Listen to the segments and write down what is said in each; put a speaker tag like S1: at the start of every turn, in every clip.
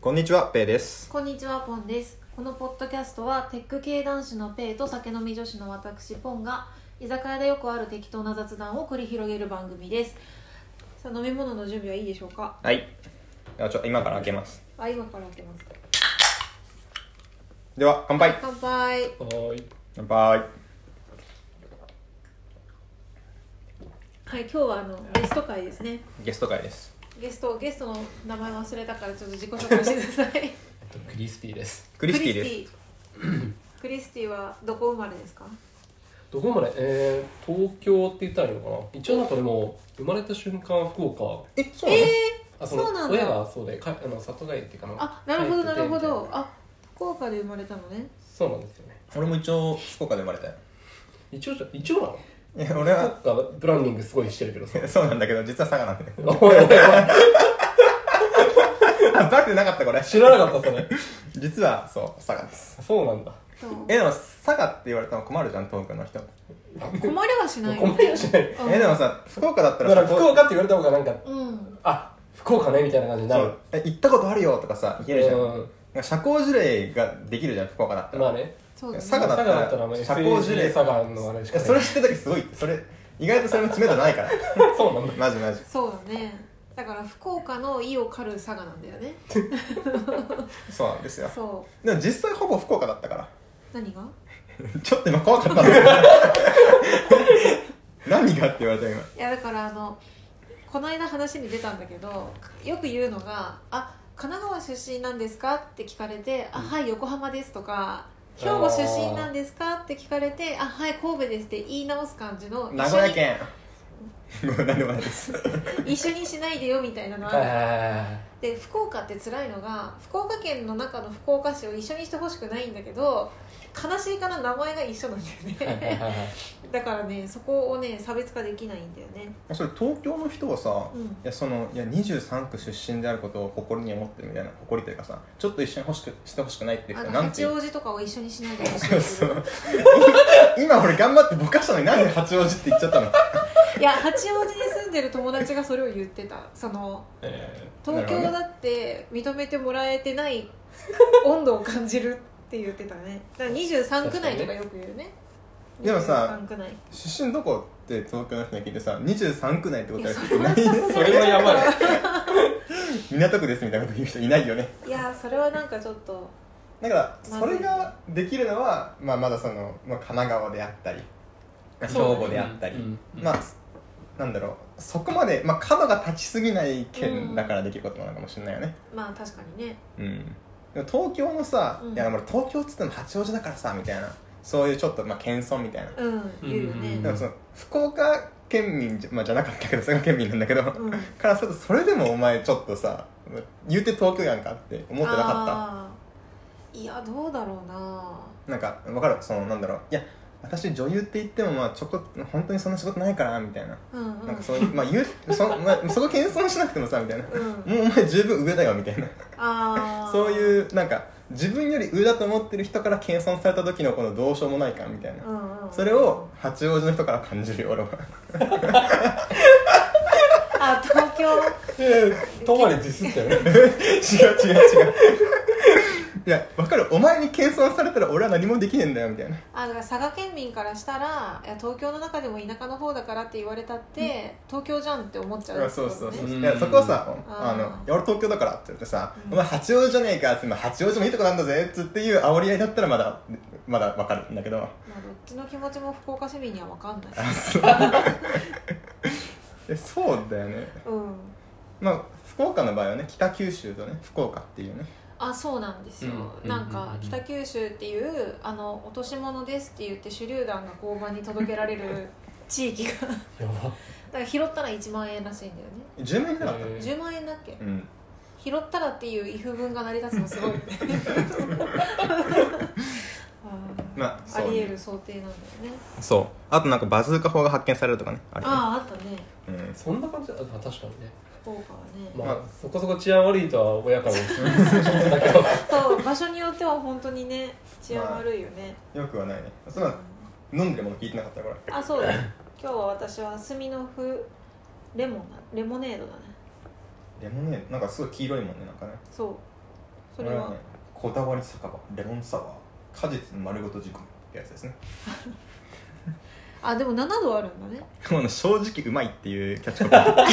S1: こんにちは、ペイです。
S2: こんにちはポンですこのポッドキャストはテック系男子のペイと酒飲み女子の私ポンが居酒屋でよくある適当な雑談を繰り広げる番組ですさあ飲み物の準備はいいでしょうか
S1: はい。ではちょ今から開けます。
S2: あ今から開けます
S1: では、乾杯
S2: 乾杯
S3: はい。
S1: 乾杯
S2: はい今日はあのゲスト会ですね
S1: ゲスト会です。
S2: ゲストゲストの名前忘れたからちょっと自己紹介してください
S3: えっとクリスピーです。
S1: クリスティです。
S2: すクリスティはどこ生まれですか
S3: どこまで、えー、東京って言ったらいいのかな。一応なんかでも生まれた瞬間福岡。
S1: え、そ
S2: え
S1: うなの、
S3: あその
S2: そうなんだ
S3: 親がそうでかあの里帰っていうかな。
S2: あなるほど
S3: 帰っ
S2: な
S3: てて
S2: るほ
S3: み
S2: ど
S3: たいな
S2: あ福岡で生まれたのね
S3: そうなんですよね。
S1: 俺も一応、福岡で生まれたよ。
S3: 一応じゃ一応なの。
S1: いや、俺は、
S3: 福岡ブランディングすごいしてるけどさ。
S1: そうなんだけど、実は佐賀なんだよ。
S3: おいおいおい
S1: あ、バレてなかった、これ。
S3: 知らなかったそれ。
S1: 実は、そう、佐賀です。
S3: そうなんだ。
S2: そう
S1: え、でも、佐賀って言われたら困るじゃん、東京の人。
S2: 困りはしないよ
S3: 困りはしない
S2: うん
S1: え、でもさ、福岡だった
S3: だ
S1: ら
S3: か
S1: さ
S3: ら福岡って言われた方がなんか
S2: うん
S3: あ福岡ねみたいな感じにな
S1: そ
S3: る
S1: う。え、行ったことあるよとかさ、言えるじゃん。
S3: う
S1: なん
S3: ん
S1: か社交辞令ができるじゃん、福岡だったら。
S3: まあね。
S2: そうだね
S1: 佐賀だ
S3: 佐賀だったらまあ
S1: 社交辞令
S3: SAG 佐賀のあれし
S1: え
S3: かない。
S1: それ知ってた時すごいってそれ意外とそれも知名度ないから
S3: そうなんだ。
S1: マジマジ
S2: そうだねだから福岡の意を狩る佐賀なんだよね
S1: そうなんですよ
S2: そう
S1: でも実際ほぼ福岡だったから
S2: 何が
S1: ちょっと今怖かったんだけど何がって言われたよ今
S2: いやだからあのこの間話に出たんだけどよく言うのが「あ神奈川出身なんですか?」って聞かれて「あはい横浜です」とか「兵庫出身なんですか?」って聞かれて「あはい神戸です」って言い直す感じの
S1: 名古屋県ごめん何でもないです
S2: 一緒に一緒にしないでよみたいなのあ
S3: はい
S2: る
S3: はいはいはい。
S2: で福岡って辛いのが福岡県の中の福岡市を一緒にしてほしくないんだけど悲しいかな名前が一緒なんだ よ
S3: はいはい
S2: ね
S3: はいはい
S2: だからねそこをね差別化できないんだよね
S1: それ東京の人はさ、
S2: うん
S1: いやそのいや23区出身であることを誇りに思ってるみたいな誇りというかさちょっと一緒に欲しくしてほしくないっていう
S2: あ
S1: 人
S2: の
S1: なんて
S2: 八
S1: 言う
S2: 王子とかを一緒にしないでほしい
S1: そうそう今俺頑張ってぼかしたのになんで八王子って言っちゃったの
S2: いや八王子に住んでる友達がそれを言ってたその
S3: え
S2: 東
S1: なる
S2: 京
S1: ほど
S2: だって認めてもらえてない温度を感じるって言ってたねだから23区内とかよく言うね
S1: でもさ
S2: 23区内
S1: 出身どこって東京の人に聞いてさ23区内ってことは聞いて
S2: い
S1: な
S2: や
S1: い
S2: それは
S3: それはやばい。
S1: 港区ですみたいなこと言う人いないよね
S2: いやそれはなんかちょっと
S1: だから
S2: まずい
S1: それができるのは、まあ、まだその、まあ、神奈川であったりまあ兵
S2: そう
S1: 庫であったり、
S3: うんうん
S1: まあなんだろうそこまで、まあ、角が立ちすぎない県だからできることなのかもしれないよね
S2: まあ確かにね
S1: うん、でも東京のさ、
S2: うん
S1: いや俺東京っつっても八王子だからさみたいなそういうちょっと、まあ、謙遜みたいな、
S2: うん言うよね、
S3: うん
S1: でもその福岡県民じゃ,、まあ、じゃなかったけど佐賀県民なんだけど、
S2: うん
S1: からするとそれでもお前ちょっとさ言うて東京やんかって思ってなかった
S2: あーいやどうだろうな
S1: なんかわかるそのなんだろういや私女優って言ってもまあちょこ本当にそんな仕事ないからみたいな、
S2: うんうん
S1: なんかそういうまあ言うそ,、まあ、そこ謙遜しなくてもさみたいなも
S2: うん
S1: うお前十分上だよみたいな
S2: あー
S1: そういうなんか自分より上だと思ってる人から謙遜された時のこのどうしようもない感みたいな、
S2: うんうん
S1: それを八王子の人から感じるよ俺は
S2: あ東京
S3: えー、泊まれディスったよね。
S1: 違う違う違ういやわかるお前に謙遜されたら俺は何もできねえんだよみたいな
S2: あだから佐賀県民からしたらいや東京の中でも田舎の方だからって言われたって、東京じゃんって思っちゃう
S1: あそうそうそう
S3: う
S1: い
S3: ん
S1: やそこはさ「
S2: あー
S1: あのいや俺東京だから」って言ってさ「
S2: うん
S1: お前八王子じゃねえか」って「まあ八王子もいいとこなんだぜ」っつっていう煽り合いだったらまだまだわかるんだけ ど
S2: まあ、どっちの気持ちも福岡市民には分かんない
S1: あそうえそうだよね
S2: うん
S1: まあ福岡の場合はね北九州とね福岡っていうね
S2: あそうなんですよ、
S3: うん
S2: なん
S3: うんうん
S2: か
S3: うん
S2: 北九州っていうあの落とし物ですって言って手榴弾が交番に届けられる地域が
S3: やば。
S2: だから拾ったら1万円らしいんだよね
S1: 10名いなかった、
S3: えー
S2: 10万円だっけ
S1: うん
S2: 拾ったらっていう異風文が成り立つのすごいよねあー
S1: まあ
S2: あ
S1: そう
S2: りえる想定なんだよね
S1: そうあとなんかバズーカ砲が発見されるとかねあれね
S2: あああったね
S1: うん
S3: そんな感じだあ確かにね。
S2: 福岡はね、
S3: まあ、
S1: まあ
S3: そこそこ治安悪いとは親からも聞いたけど。
S2: そう場所によっては本当にね治安悪いよね、
S1: よくはないねそんな飲んでるもの聞いてなかったから
S2: あそうだ今日は私は墨の風レモンだレモネードだね
S1: レモネードなんかすごい黄色いもんねなんかね
S2: そうそれは
S1: ねこだわり酒場レモンサワー果実丸ごと仕込みってやつ ですね
S2: あでも7度あるんだね
S1: この正直うまいっていうキャッチコピー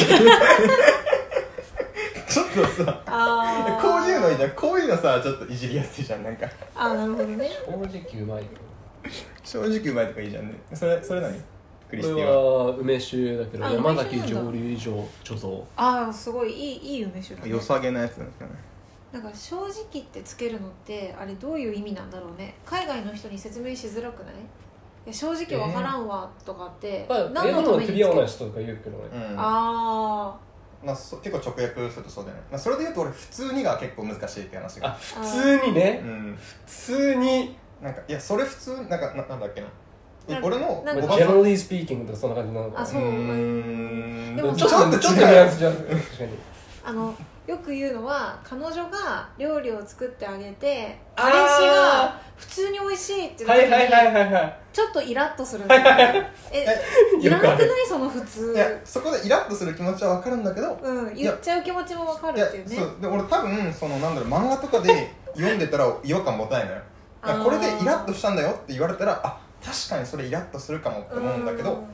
S1: ちょっとさ
S2: あ あ
S1: こういうのいいじゃんこういうのさちょっといじりやすいじゃんなんか
S2: あーなるほどね
S3: 正直うまいよ
S1: 正直うまいとかいいじゃんねそれそれ何ク
S3: こ
S1: リ
S3: れ
S1: スティは
S3: は梅酒だけど
S2: あ
S3: 山崎
S2: 梅酒なんだ
S3: 蒸留所貯蔵
S2: ああすごいいいいい梅酒だ、ね、
S1: 良さげなやつなんですかね
S2: なんか正直ってつけるのってあれどういう意味なんだろうね海外の人に説明しづらくないいや正直わからんわとかって、
S3: まあ英
S2: 何の
S3: 語の
S2: ためにつ
S3: トゥ
S2: け
S3: ビア
S2: る
S3: オナスとか言うけどね
S1: うん
S2: あ
S1: まあ、そ結構直訳するとそうだよね、まあ、それで言うと俺普通にが結構難しいって話が
S3: あ普通に
S1: う
S3: ね
S1: ん
S3: 普通に
S1: なんかいやそれ普通なんかななんだっけなえ
S2: なんか
S1: 俺の
S2: なんか
S1: お
S2: ま
S1: ば
S2: あ
S1: さん
S3: generally speaking ってそんな感じなのか
S2: あ
S3: な
S2: そう
S1: う
S2: うん
S1: ーん
S2: でも
S3: ちょっ
S1: ちょっと
S3: とちょっとニ
S1: 違う
S3: ュアンスじゃん確かに
S2: ーあのよく言うのは彼女が料理を作ってあげて
S3: あー
S2: 彼氏が普通に美味しいって言っ
S3: は
S2: た時
S3: い
S2: に、
S3: はいはいはいはい
S2: ちょっとイラッとするんだよねえい
S3: よ
S2: ら
S3: く
S2: な
S3: あ
S2: く
S3: る
S2: ないその普通
S1: いやそこでイラッとする気持ちは分かるんだけど
S2: うん言っちゃう気持ちもわか
S1: い
S2: る
S1: や
S2: っていうね
S1: そうで俺多分そのなんだろう漫画とかで読んでたら違和感持たないのよだからこれでイラッとしたんだよって言われたらあ確かにそれイラッとするかもって思うんだけど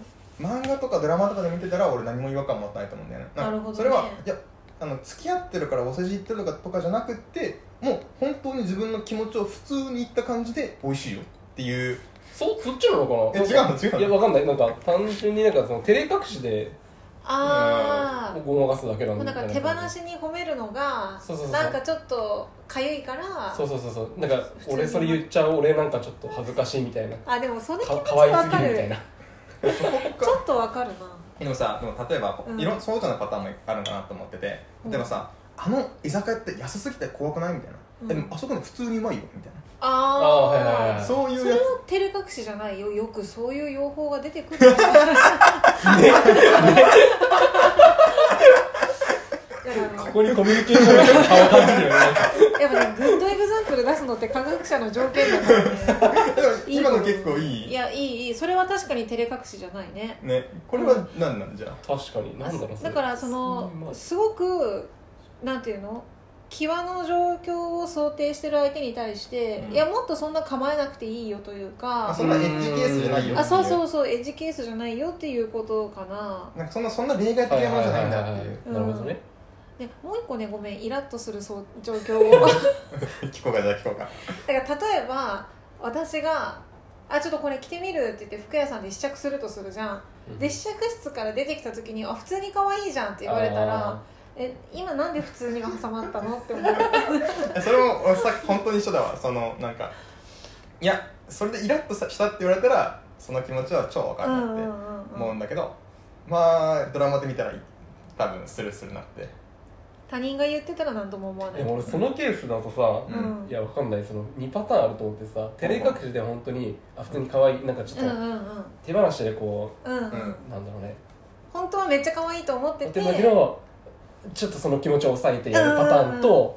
S1: 漫画とかドラマとかで見てたら俺何も違和感持たないと思うんだよねんか
S2: なるほどね
S1: それはいやあの付き合ってるからお世辞言ってるとかとかじゃなくってもう本当に自分の気持ちを普通に言った感じで美味しいよっていう
S3: そそっちなのか
S1: え
S3: な
S1: 違うの違うの
S3: いやわかんないなんか単純になんかその照れ隠しで
S2: あー
S3: ごまかすだけなん
S2: もう
S3: だ
S2: なんか手放しに褒めるのが
S3: そうそうそう
S2: なんかちょっとかゆいから
S3: そうそうそうそうなんか
S2: 普通に
S3: 俺それ言っちゃう俺なんかちょっと恥ずかしいみたいな
S2: あでもそれ気持
S3: か
S2: ち
S3: かわ
S2: わ
S3: いす
S2: か
S3: ぎる
S2: る
S3: みたいな
S1: そこか
S2: ちょっとわかるな
S1: でもさでも例えば、
S2: うん
S1: いろんそうじゃないパターンもあるかなと思ってて
S2: うん
S1: でもさ、あの居酒屋って安すぎて怖くないみたいな、
S2: うん
S1: でもあそこの普通にうまいよみたいな、
S2: あ
S3: あーはいはいはい
S2: そ
S1: そういう
S2: れ
S1: や
S2: は
S1: つ
S2: 照れ隠しじゃないよよくそういう用法が出てくるだからあの
S3: ここにコミュニケーションの差を感じるよね
S2: やっぱねグッドエグザンプル出すのって科学者の条件だからね
S1: だから
S2: いい
S1: 今の結構いい
S2: いやいいいいそれは確かに照れ隠しじゃないね
S1: ねこれは何なんじゃあ
S3: 確かになんだろうそれ
S2: だからそ
S3: すごい
S2: の
S3: ます
S2: ごくなんていうの際の状況を想定してる相手に対して、
S1: うん
S2: いやもっとそんな構えなくていいよというか
S1: あそんなエッジケースじゃないよ
S2: あそうそううそうエッジケースじゃないよっていうことかな
S1: なんかそんなそんな例外的なものじゃないんだっていう、
S2: うん
S3: なるほどね
S2: でもう一個ねごめんイラッとするそう状況 をだか
S1: 聞こうかじゃあ聞こうから
S2: 例えば私が「あちょっとこれ着てみる」って言って服屋さんで試着するとするじゃんで試着室から出てきた時に「あ普通に可愛いじゃん」って言われたら「え今なんで普通にが挟まったの?」って思う
S1: えそれも俺さっき本当に一緒だわそのなんかいやそれでイラッとさしたって言われたらその気持ちは超分か
S2: う
S1: る
S2: ん
S1: なっ
S2: うんうん
S1: て
S2: うん
S1: 思うんだけど、まあドラマで見たら多分スルスルなって
S2: 他人が言ってたら何とも思わな
S3: で
S2: い
S3: も俺そのケースだとさ
S1: う
S3: いやわかんないその2パターンあると思ってさ照れ隠しで本当にあ普通に可愛いなんかちょっ
S2: うんう
S3: と
S2: んうん
S3: 手放しでこ
S2: うんうん、
S1: うん
S3: うなんだろうね
S2: 本当はめっちゃ可愛いと思って
S3: だっててだけどちょっとその気持ちを抑えてやるパターンと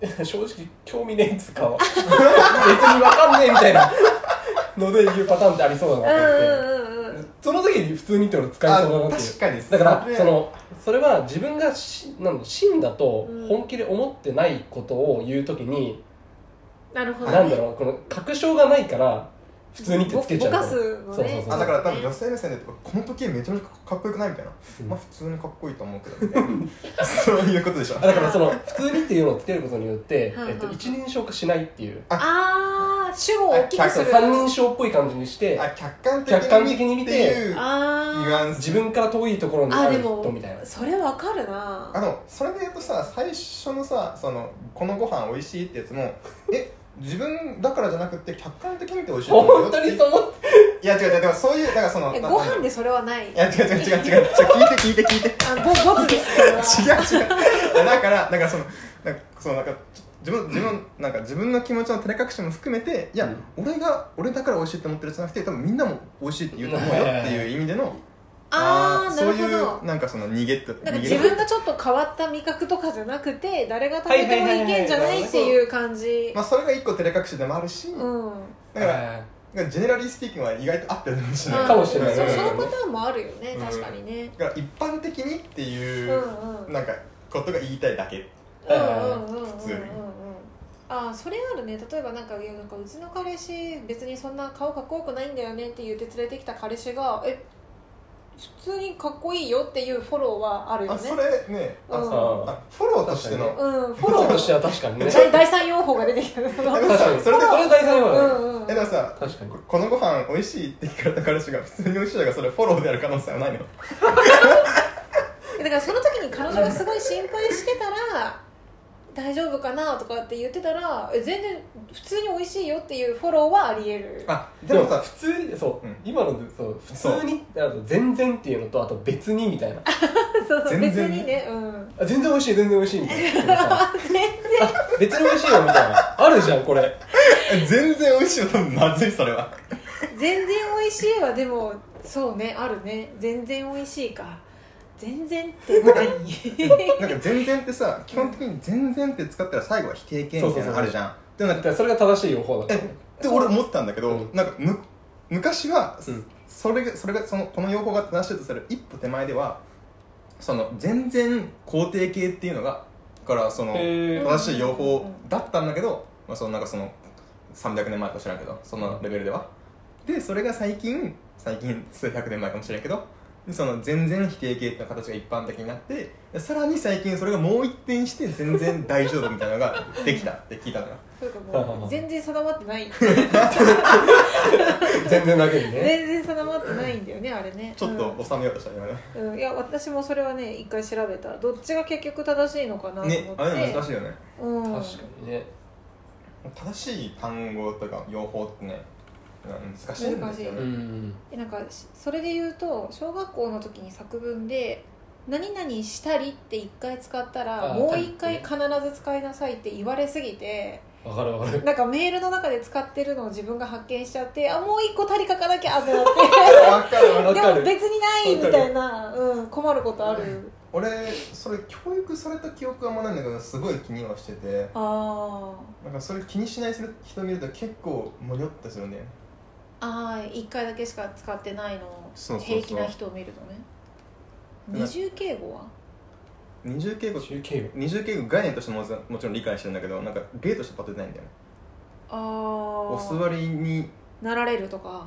S3: 正直興味ねえっつうか 別にわかんねえみたいなので言うパターンってありそう
S2: う
S3: だなと思って
S2: んうんうんうん
S3: その時に普通にって俺使
S1: あ
S3: いそうだなっていう
S1: 確かに
S3: だから
S1: れ
S3: そのそれは自分がしなんだ真だと
S2: うん
S3: 本気で思ってないことを言う時に、
S2: なるほど、ね、
S3: なんだろうこの確証がないから普通にってつけちゃう
S2: ぼぼかすのね
S3: そうそうそう
S1: あだから多分女性目線でこの時計めちゃめちゃかっこよくないみたいな、まあ普通にかっこいいと思うけどみたい なそういうことでしょ
S3: あだからその普通にっていうのをつけることによって
S2: はいはい
S3: えっと一人称化しないっていう
S2: ああ主語を大きくす
S1: そう
S2: る
S3: 三人称っぽい感じにして
S1: あ客観的に
S3: 客観的に見て
S1: っていうニュ
S2: あ
S1: アンス
S3: 自分から遠いところ
S2: ー
S3: に
S2: あ
S3: あ
S2: ーで
S3: る人
S2: も
S3: みたいな
S2: それわかるな
S1: あのそれで言うとさ最初のさそのこのご飯美味しいってやつもえ自分だからじゃなくて客観的に見て美味しいと思うよ
S3: 本当にそう思っ
S1: いや違う違うでもそういうだからその
S2: え
S1: な
S2: ご
S1: なんだ
S2: 飯
S1: ろう
S2: でそれはない
S1: いや違う違う違う違う違う聞いて聞いて聞いて
S2: あぼボツですそれは
S1: 違う違 うだからなんかそのなんかそのなんか自分自分なんか自分の気持ちの照れ隠しも含めていや、俺が俺だから美味しいって思ってるじゃなくて多分みんなも美味しいって言うと思うよっていう意味でのー
S2: ああなる
S1: そ
S2: ほ
S1: ういう
S2: ど
S1: なんかその逃げって
S2: なんか
S1: 逃げ
S2: 自分がちょっと変わった味覚とかじゃなくて誰が食べてもいけんじゃないっていう感じ
S1: まあそれが一個照れ隠しでもあるし、
S2: う
S1: だ
S2: ん
S1: からなんかジェネラリスティックは意外と合ってるかもしれない
S3: かもしれない
S2: そ
S1: うん
S2: う
S1: だ
S2: その
S1: か
S2: パターンもあるよね
S1: うん
S2: 確かにね
S1: ら一般的にって
S2: うん
S1: いうう、
S2: んうんうんうんうん
S1: なんかことが言いたいだけ
S2: うんうんうんうん
S1: 普通に
S2: あーそれあるね例えばなんかいやなんかうちの彼氏別にそんな顔かっこよくないんだよねって言って連れてきた彼氏がえ普通にかっこいいよっていうフォローはあるよ
S1: あ
S2: ね
S1: それねあ
S2: うん
S1: そうあフォローとしての
S2: うんフ
S3: フ
S2: ォ
S3: ォ
S2: ロ
S3: ロ
S2: ー
S3: ー
S2: と
S3: と
S2: し
S3: してては確かにね
S2: 第第三用法が出てきたうん
S3: 確か
S1: そ
S3: に
S1: れで
S3: それ大事
S2: う
S3: だよね
S2: んうん
S1: えでもさ
S3: 確かに
S1: ここのご飯美味しいって聞かれた彼氏が普通に美味しいだからそれフォローである可能性はないの
S2: だからその時に彼女がすごい心配してたら大丈夫かなとかって言ってたらえ全然普通に美味しいよっていうフォローはあり得る
S1: あで
S3: で
S1: も
S3: も
S1: さ
S3: 普通にそう、
S1: うん
S3: 今のでそう普通にあと全然っていうのとあと別にみたいな
S2: そうそう
S1: 全
S2: 別
S1: 然
S2: にねうん
S3: あ全然美味しい全然美味しいみたいなあ
S2: 全然
S3: 別に美味しいよみたいなあるじゃんこれ
S1: え全然美味しいよ多分まずいそれは
S2: 全然美味しいはでもそうねあるね全然美味しいか全然って何
S1: なんか全然ってさ基本的に全然って使ったら最後は否定形みたいなのあるじゃんでもなんか
S3: だからそれが正しい用法だ
S1: え
S3: った
S1: って俺思ったんだけど、
S3: うん
S1: なんかむ昔は、
S3: うん
S1: それがそれがそのこの用法が正しいとされる一歩手前ではその全然肯定形っていうのがだからその
S3: へー
S1: 正しい用法だったんだけど、まあ、そのなんかその300年前か知らんけどそのレベルではでそれが最近最近数百年前かもしれんけどその全然否定形っていう形が一般的になってでさらに最近それがもう一転して全然大丈夫みたいなのができたって聞いたのよ
S2: そう かもう全然定まってない
S3: 全然だけにね
S2: 全然定まってないんだよねあれね
S1: ちょっと収めようとした今ね
S2: うん、うんいや私もそれはね一回調べたどっちが結局正しいのかなと思って、
S1: ね、あれ難しいよね
S2: うん、
S3: 確かにね
S1: 正しい単語とか用法ってねうん難しいんですよ
S3: う
S1: ね
S3: ん
S2: えなんかしそれで言うと小学校の時に作文で「何々したり」って一回使ったら
S3: あー
S2: もう一回必
S3: タ
S2: ず使いなさいって言われすぎて
S3: わかるわかる
S2: なんかメールの中で使ってるのを自分が発見しちゃってあもう一個足りかかなきゃってな
S1: わ
S2: っ
S1: かるわか
S2: て
S1: る
S3: わ
S2: で
S3: か
S2: も
S3: る
S2: 別にないみたいな、うん、困ることある
S1: 俺それ教育された記憶はあんまないんだけどすごい気にはしてて
S2: あー
S1: なんかそれ気にしない人見ると結構もよってするんだよね
S2: あー一回だけしか使ってないの
S1: そうそうそう
S2: 平気な人を見るとね二重敬語は
S1: 二重敬語
S3: 中継部
S1: 二重敬語概念としてももちろんもちろん理解してるんだけどなんか例としてパッと出ないんだよね
S2: あ
S1: お
S2: あ
S1: 座りに
S2: なられるとか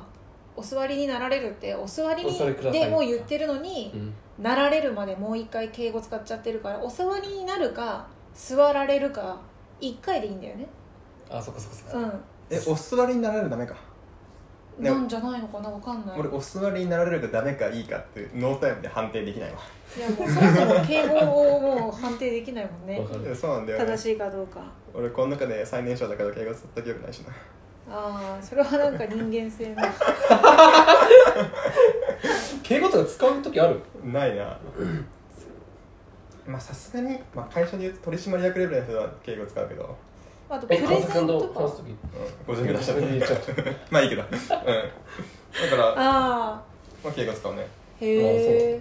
S2: お座りになられるってお座り
S3: お座りくださ
S2: に
S3: い
S2: でもう言ってるのに
S3: うん
S2: なられるまでもう一回敬語使っちゃってるからお座りになるか座られるか一回でいいんだよね
S3: あそっかそっかそっか
S2: うん
S1: えお座りになられるダメかね
S2: なんじゃないのかなわかんない
S1: 俺お座りになられるかダメかいいかってノータイムで判定できないわ
S2: いやもうそもそも敬語をもう判定できないもんね
S3: わかる
S1: そうなんだよね
S2: 正しいかどうか
S1: 俺この中で最年少だから敬語使った記憶ないしな
S2: ああそれはなんか人間性 の
S3: 敬語とか使う時ある
S1: ないなまあさすがに、まあ、会社でいうと取締役レベルの人は敬語使うけど、
S2: あとプレゼント
S3: 話す
S2: とか
S3: 時
S1: うん、50秒出しちゃった
S3: 50秒出しちゃっ
S1: まあいいけど、うん、だから、ま
S2: あ
S1: あ、敬語使うね
S2: あへえ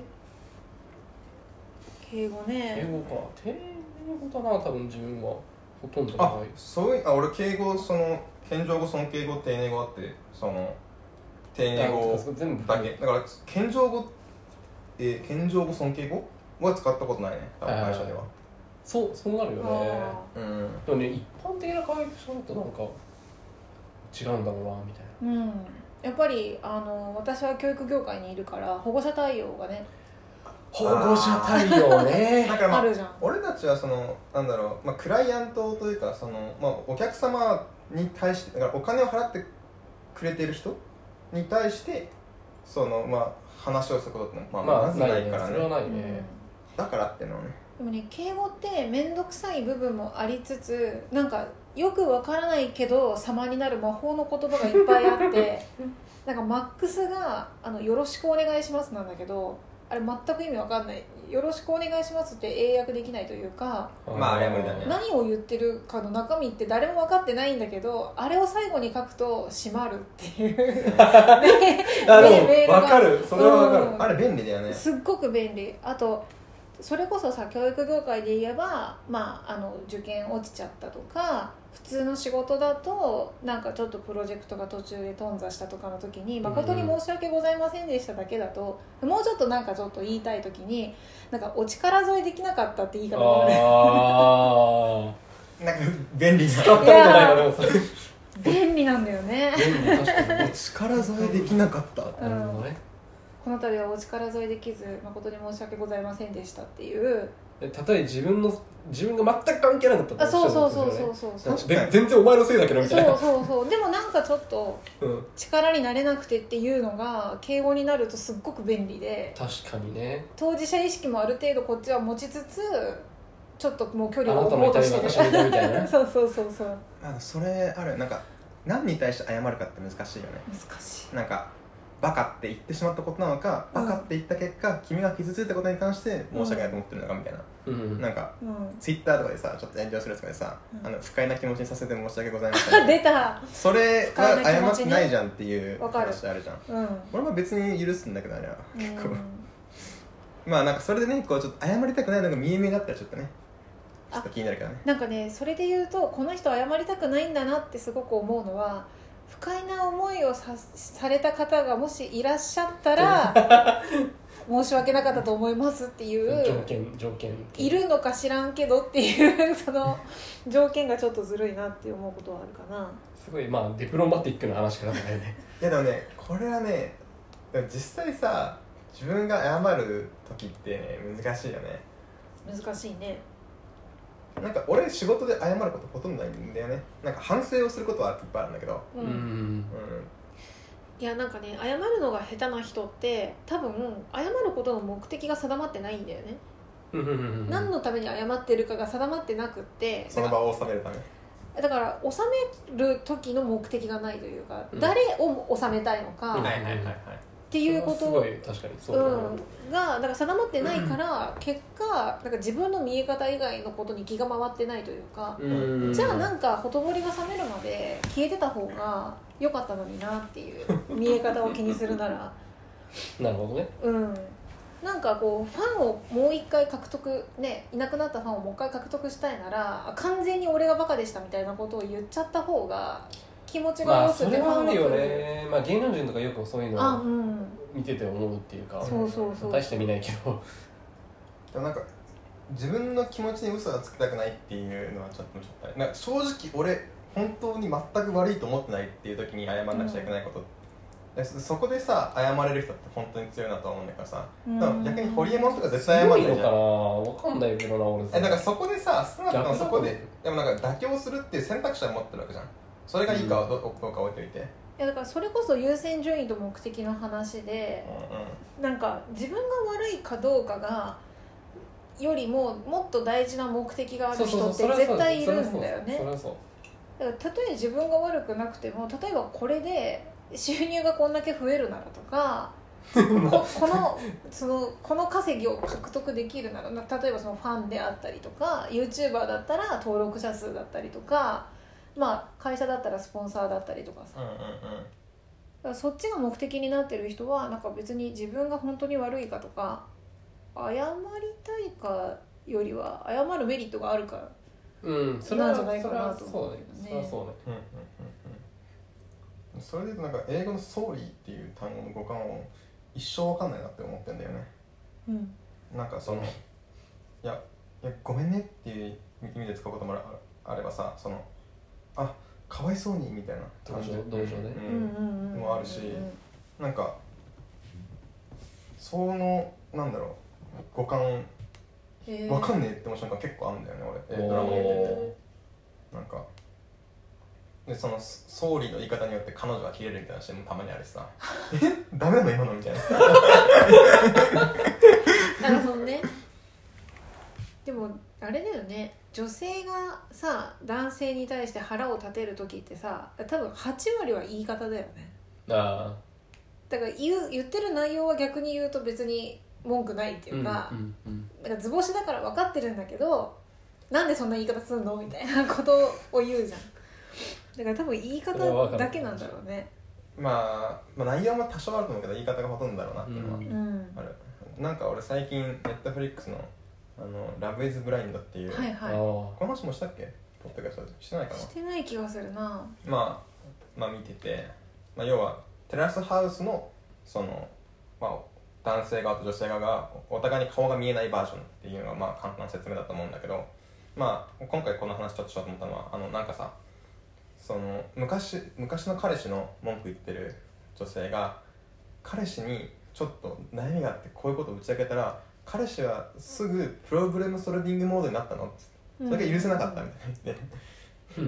S2: 敬語
S3: 敬
S2: ね
S3: 語か敬語だな多分自分はほとんど
S1: あ
S3: ない
S1: そういうあ俺敬語その謙譲語尊敬語丁寧語あってその丁寧語
S3: 全部
S1: だけだから謙譲語えー謙譲語尊敬語は使ったことないね多分会社では
S3: そうそうなるよね
S2: あ
S1: うん
S3: でもね一般的な会社だとなんか違うんだろうなみたいな
S2: ーうんやっぱりあの私は教育業界にいるから保護者対応がね
S3: 保護者対応
S1: だ
S3: ね
S1: からま
S2: あ
S1: あ
S2: るじゃん
S1: 俺たちはそのなんだろう、まあ、クライアントというかその、まあ、お客様に対してだからお金を払ってくれてる人に対してその、まあ、話をすることってのは、まあ、まずないから
S3: そ
S1: ね,、
S3: れはない
S2: うん
S3: ね
S1: だからってのはね
S2: でもね敬語って面倒くさい部分もありつつなんかよくわからないけど様になる魔法の言葉がいっぱいあって なんかマックスがあの「よろしくお願いします」なんだけどあれ全く意味わかんない「よろしくお願いします」って英訳できないというか
S1: まああれは無理だね
S2: 何を言ってるかの中身って誰も分かってないんだけどあれを最後に書くと「閉まる」っていうね
S3: あ
S2: ねメール
S3: で
S2: が
S3: もわかるそれはわかる
S2: うん
S1: あれ便利だよね
S2: すっごく便利あとそれこそさ教育業界で言えば、まあ、あの受験落ちちゃったとか普通の仕事だとなんかちょっとプロジェクトが途中で頓挫したとかの時に「誠に申し訳ございませんでした」だけだともうちょっとなんかちょっと言いたい時に 「なんかお力添えできなかった」って言い方がある
S3: あ
S1: なんか便便利
S3: 使ったことないなでもそれ
S2: 便利なんだよね
S3: 確かに
S1: 力添えできなかった
S3: なるほどね
S2: この度はお力添えできず誠に申し訳ございませんでしたっていう
S3: えたとえ自分の自分が全く関係なかった
S2: あ
S3: とおっし
S2: そう
S3: ゃ
S2: そう
S3: るん
S2: そう
S3: です
S2: そ
S3: よね
S2: うそ
S1: そ
S2: うそ
S1: うう
S3: 確かに全然お前のせいだけどみたい
S2: そう
S3: な
S2: そうそうでもなんかちょっと
S3: うん
S2: 力になれなくてっていうのが敬語になるとすっごく便利で
S3: 確かにね
S2: 当事者意識もある程度こっちは持ちつつちょっともう距
S3: あ
S2: 離を
S3: な
S2: 置
S3: た
S2: こ
S3: も
S2: う
S3: いた
S2: と
S3: い
S2: して
S3: 私もいたみたい
S2: る
S3: な
S2: そうそうそうそう
S1: なんかそれあるよなんか何に対して謝るかって難しいよね
S2: 難しい
S1: なんかバカって言ってしまったことなのかバカって言った結果、君が傷ついたことに関して申し訳ないと思ってるのかみたいな、
S3: うん
S1: なんか
S2: うん
S1: ツイッターとかでさちょっと炎上するやつとかでさ、
S2: うん
S1: あの不快な気持ちにさせて申し訳ございませ
S2: あ
S1: ん
S2: 出た
S1: それが謝ってないじゃんっていう
S2: わかる
S1: 話あるじゃん
S2: うん
S1: 俺も別に許すんだけどあれは結構、
S2: うん
S1: まあなんかそれでねこうちょっと謝りたくないのが見え目だったらちょっとねちょっと気になるけどね
S2: なんかねそれで言うとこの人謝りたくないんだなってすごく思うのは不快な思いをさされた方がもしいらっしゃったら 申し訳なかったと思いますっていう
S3: 条件条件
S2: いるのか知らんけどっていう その条件がちょっとずるいなって思うことはあるかな
S3: すごいまあディプロマティックな話からだよね
S1: いやでもねこれはねでも実際さ自分が謝る時ってね難しいよね
S2: 難しいね
S1: なんか俺仕事で謝ることほとんどないんだよねなんか反省をすることはいっぱいあるんだけど
S2: う、
S3: うんん
S1: う
S2: いやなんかね謝るのが下手な人って多分謝ることの目的が定まってないんだよね、
S3: うんうんうんうん
S2: 何のために謝ってるかが定まってなくって
S1: んその場を収めるため
S2: だから収める時の目的がないというか、
S3: うん
S2: 誰を収めたいのか
S3: うん
S2: っ
S3: はいはいはいはい
S2: ていうこと、
S3: それはすごい確かにそうだな
S2: うん、がだから定まってないから、結果なんか自分の見え方以外のことに気が回ってないというか、
S3: うん
S2: じゃあなんかほとぼりが冷めるまで消えてた方が良かったのになっていう見え方を気にするな ら
S3: なるほどね
S2: うんなんかこうファンをもう一回獲得ねいなくなったファンをもう一回獲得したいならあ完全に俺がバカでしたみたいなことを言っちゃった方が気持ちが
S3: まあ
S2: よく
S3: そ
S2: て
S3: れ
S2: ファ
S3: は
S2: ン
S3: あ
S2: が
S3: る
S2: 来
S3: よ
S2: る
S3: ねまあ芸能人とかよくそういう
S2: あ
S3: のを
S2: うん
S3: 見てて思うっていうか
S2: そうそうそう
S3: 大して見ないけど
S1: でもなんか自分の気持ちに嘘はつきたくないっていうのはちょっとちょっとなんか正直俺本当に全く悪いと思ってないっていう時に謝らなくちゃいけないこと、でそそこでさ謝れる人って本当に強いなと思うんだけどさ、
S2: うん
S1: だから逆にホリエモンとか絶対謝
S3: 強
S1: らないいじゃ
S3: の
S1: ん
S3: かなわかんないけどな俺
S1: えだからそこでさ少なくともそこで
S3: 逆だと思
S1: でもなんか妥協するっていう選択肢は持ってるわけじゃんそれがいいかはど,、どうか置いといて、
S2: いやだからそれこそ優先順位と目的の話で
S1: う
S2: なんか自分が悪いかどうかがよりももっと大事な目的がある人って絶対いるんだよね
S3: それはそう
S2: だからたとえ自分が悪くなくても例えばこれで収入がこんだけ増えるならとかここのそのこの稼ぎを獲得できるならな例えばそのファンであったりとか YouTuber だったら登録者数だったりとか、まあ、会社だったらスポンサーだったりとかさ
S1: んうんうんうん
S2: だからそっちが目的になってる人はなんか別に自分が本当に悪いかとか謝りたいかよりは謝るメリットがあるから
S3: うんそれは
S2: なんじゃないかなと
S3: それはそうね
S2: ね
S3: それはそうね
S1: うんうんうんうんそれで言うとなんか英語の「ソーリー」っていう単語の語感を一生わかんないなって思ってんだよね
S2: うん
S1: なんかその「
S3: うん
S1: いやいやごめんね」っていう意味で使うこともあるあればさその「あかわいそうに」みたいな感じで
S3: 同情同
S1: う
S3: 情ね
S2: うんんうんうん
S1: もあるしなんかそのなんだろう語感わかんねえって思う瞬間結構あるんだよね俺えドラマ見てて。
S3: お
S1: なんかでそのそ総理の言い方によって彼女が切れるみたいな人もたまにあるしさ えダメなの今のみたいな
S2: えなるほどねでもあれだよね女性がさ男性に対して腹を立てる時ってさ多分8割は言い方だよね
S3: ーあ
S2: だから言う言ってる内容は逆に言うと別に文句ないって
S3: ー
S2: いうか、
S3: うんうん
S2: なんか図星だから分かってるんだけどなんでそんな言い方すんのみたい なことを言うじゃんだから多分言い方だけなんだろうね
S1: まあ、まあ内容も多少あると思うけど言い方がほとんどだろうなっていうのは
S3: う
S2: うんん、
S1: あ
S2: は
S1: る、なんか俺最近ネットフリックスの「あのラブ・イズ・ブラインド」っていう、
S2: い
S3: あ
S2: は
S3: ー
S1: この話もしたっけポッドキャストでしてないか
S2: い
S1: な
S2: してない気がするな
S1: まあ、まあ見てて、まあ、要はテラスハウスのその、まあ、男性側と女性側がおお互いに顔が見えないバージョンっていうのがまあ簡単な説明だと思うんだけど、まあ今回この話ちょっとしようと思ったのはあのなんかさその昔昔の彼氏の文句言ってる女性が彼氏にちょっと悩みがあってこういうことを打ち明けたら彼氏はすぐプロブレムソルビングモードになったのってそれが許せなかったみたいな言っ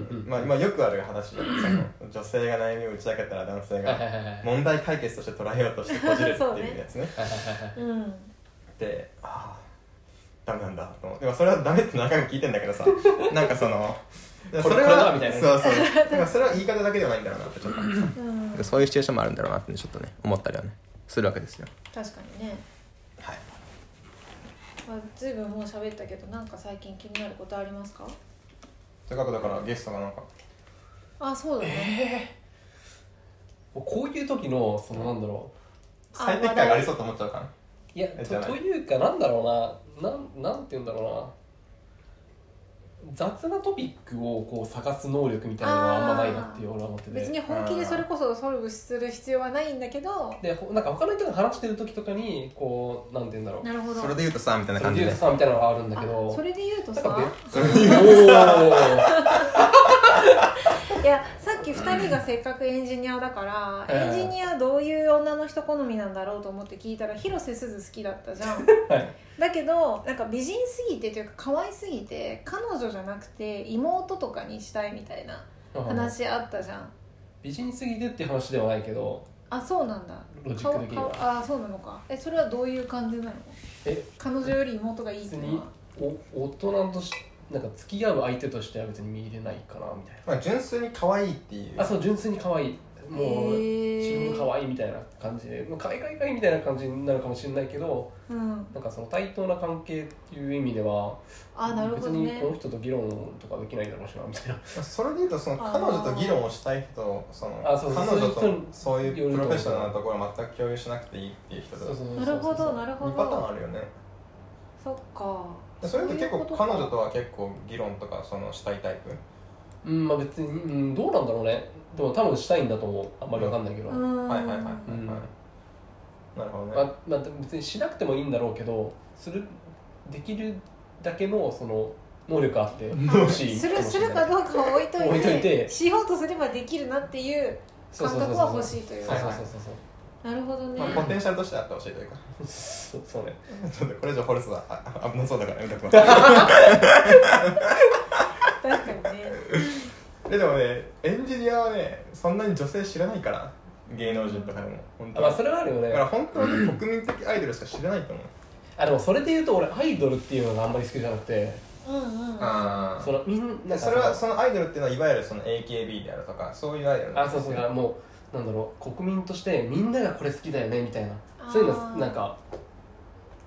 S1: て、まあ、まあよくある話だけどその女性が悩みを打ち明けたら男性
S3: はいはい
S1: が
S3: はいはい
S1: 問題解決として捉えようとしてこじれるっていうやつね
S3: はいはいはいはい
S2: うん、うん、
S1: でああダメなんだと思ってでもそれはダメって何回も聞いてんだけど さなんかそのいや
S3: これ
S1: それ
S3: これだ
S1: は
S3: みたいな
S1: そう そうだからそれは言い方だけではないんだろうなってちょっと
S2: うん、
S1: そういうシチュエーションもあるんだろうなってちょっとね思ったりはねするわけですよ
S2: 確かにね、
S1: はい
S2: まあ、随分もう喋ったけどなんか最近気になることありますか
S1: せっかくだからゲストがなんか
S2: あそうだね、
S3: もうこういう時のそのなんだろ
S2: あ
S1: 最適解がありそうと思っちゃうかな
S3: ういや
S1: え
S3: と
S1: じゃない
S3: というかなんだろうななんなんて言うんだろうな雑なトピックをこう探す能力みたいなのはあんまないなっていう俺は思ってて
S2: 別に本気でそれこそソルブする必要はないんだけど
S3: でほなんか他の人が話してる時とかにこうなんて言うんだろう
S2: なるほど
S1: それで言うとさみたいな
S3: それ
S1: 感
S3: で
S1: じ
S3: 言う
S1: で
S3: とさみたいなのがあるんだけ
S2: あ
S3: ど
S2: それで言うと
S3: なんか
S2: さ
S3: 別 お
S2: いやさっき2人がせっかくエンジニアだから、
S3: ええ
S2: エンジニアどういう女の人好みなんだろうと思って聞いたら広瀬すず好きだったじゃん
S3: ーはい
S2: だけどなんか美人すぎてというか可愛すぎて彼女じゃなくて妹とかにしたいみたいな話あったじゃん、
S3: 美人すぎてっていう話ではないけど
S2: あそうなんだ
S3: ロジック的には
S2: 顔顔あそうなのかえそれはどういう感じなの
S3: え
S2: 彼女より妹がいいって
S3: 別
S2: いうの
S3: に
S2: は
S3: お大人としなんか付き合う相手としては別に見入れないかなみたい
S1: まあ純粋に可愛いっていう
S3: なあそう純粋に可愛いもう自分
S2: へ
S3: 可愛いみたいな感じで、まあ、可愛い可愛い可愛いみたいな感じになるかもしれないけど
S2: えうん
S3: なんかその対等な関係っていう意味では
S2: あなるほど
S3: 別に
S2: ね
S3: この人と議論とかできないだろうしなみた いな
S1: それで言うとその
S2: あー
S1: 彼女と議論をしたい人その
S3: あそうそう
S1: 彼女
S3: そういう
S1: と
S3: 人に
S1: そういうプロフェッショナルな
S3: よ
S1: ところは全く共有しなくていいっていう人だ
S3: そうそうそう
S2: なるほどな
S3: る
S2: るほ
S1: 2パターン
S2: ど
S1: あるよね
S2: そっか
S1: でそれって結
S2: そうい
S1: 構
S2: うことか
S1: 彼女とは結構議論とかそのしたいタイプ
S3: うんまあ別に、うん、どうなんだろうねでも多分したいんだと思うあんまりわかんないけど、
S2: うーん
S1: はいはいはいはいはい、
S3: うん
S1: なるほど
S3: ま
S1: ね
S3: あまあ、別にしなくてもいいんだろうけどするできるだけのその能力あって欲しい
S2: す
S3: か
S2: る
S3: も
S2: す
S3: しれ
S2: る
S3: ない
S2: かどうかは置いといて
S3: 置いといて
S2: しようとすればできるなっていう
S3: そう
S2: 感
S3: そうそ
S2: 覚
S3: うそう
S2: は欲しいという
S3: そうそう
S1: はいはい
S3: そうそう
S2: なるほどね、
S1: まあ、ポテンシャルとしてあってほしいというか
S3: そうそうね
S1: ちょっとこれ以上掘るとああ危なそうだからやめとく わ
S2: 確かにね
S1: ででもねエンジニアはねそんなに女性知らないから芸能人とかでも本
S3: あ
S1: 当
S3: まあ
S1: は
S3: それはあるよね
S1: だから本当に国民的アイドルしか知らないと思う
S3: あでもそれで言うと俺アイドルっていうのがあんまり好きじゃなくて
S2: うんうん
S1: あ
S3: そのみんな
S1: それはそのアイドルっていうのはいわゆるその AKB であるとかそういうアイドル
S3: あ
S1: なん
S3: そうそうだからもうなんだろう国民としてみんながこれ好きだよねみたい
S2: あー
S3: なそういうのなんか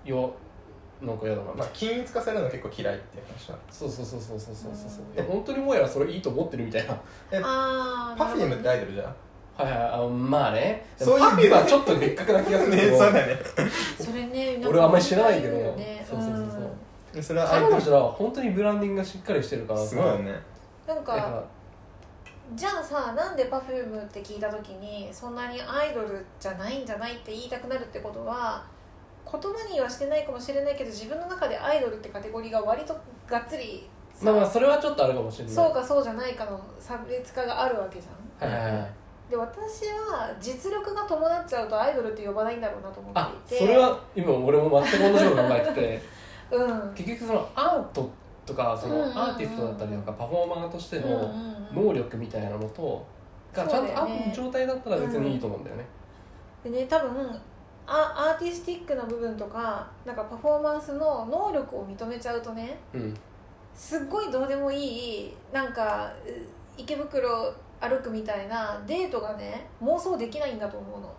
S3: よなんか嫌だな、
S1: まあ、均一化されるの結構嫌いっていう話は
S3: そうそうそうそうそうそうそうそう
S2: うん
S3: でも本当にもうやらそれいいと思ってるみたいな
S1: え
S2: ああ
S1: パフュームってアイドルじゃん
S3: はいはいあまあね
S1: そういう
S3: パフィーはちょっと別格な気がする け
S1: ね
S3: ど、
S1: そうだね
S2: それね
S3: 俺はあんまり知らないけど
S2: んかね
S3: そうそうそうそうん
S1: それはアイ
S3: 彼
S1: ドル
S3: 女らは本当にブランディングがしっかりしてるからさ
S1: すごいよね
S2: なん
S3: だ
S2: か
S3: か
S2: じゃあさなんで Perfume って聞いた時にそんなにアイドルじゃないんじゃないって言いたくなるってことは言葉にはしてないかもしれないけど自分の中でアイドルってカテゴリーが割とがっつり
S3: らまあまあそれはちょっとあるかもしれない
S2: そうかそうじゃないかの差別化があるわけじゃ
S3: はいはいはい
S2: んで私は実力が伴っちゃうとアイドルって呼ばないんだろうなと思
S3: あ
S2: っていて
S3: それは今俺も全く同じこと考えてて
S2: うん
S3: 結局そのアートとかそ
S2: うん
S3: の
S2: うんうん
S3: アーティストだったりとかパフォーマーとして
S2: うん
S3: の
S2: うんうん
S3: 能力みたいなのとがちゃんとあ
S2: そうだよね
S3: る状態だったら別にいいと思うんだよね、
S2: でね多分あアーティスティックな部分とかなんかパフォーマンスの能力を認めちゃうとね
S3: うん、
S2: すっごいどうでもいいなんかう池袋歩くみたいなデートがね妄想できないんだと思 うの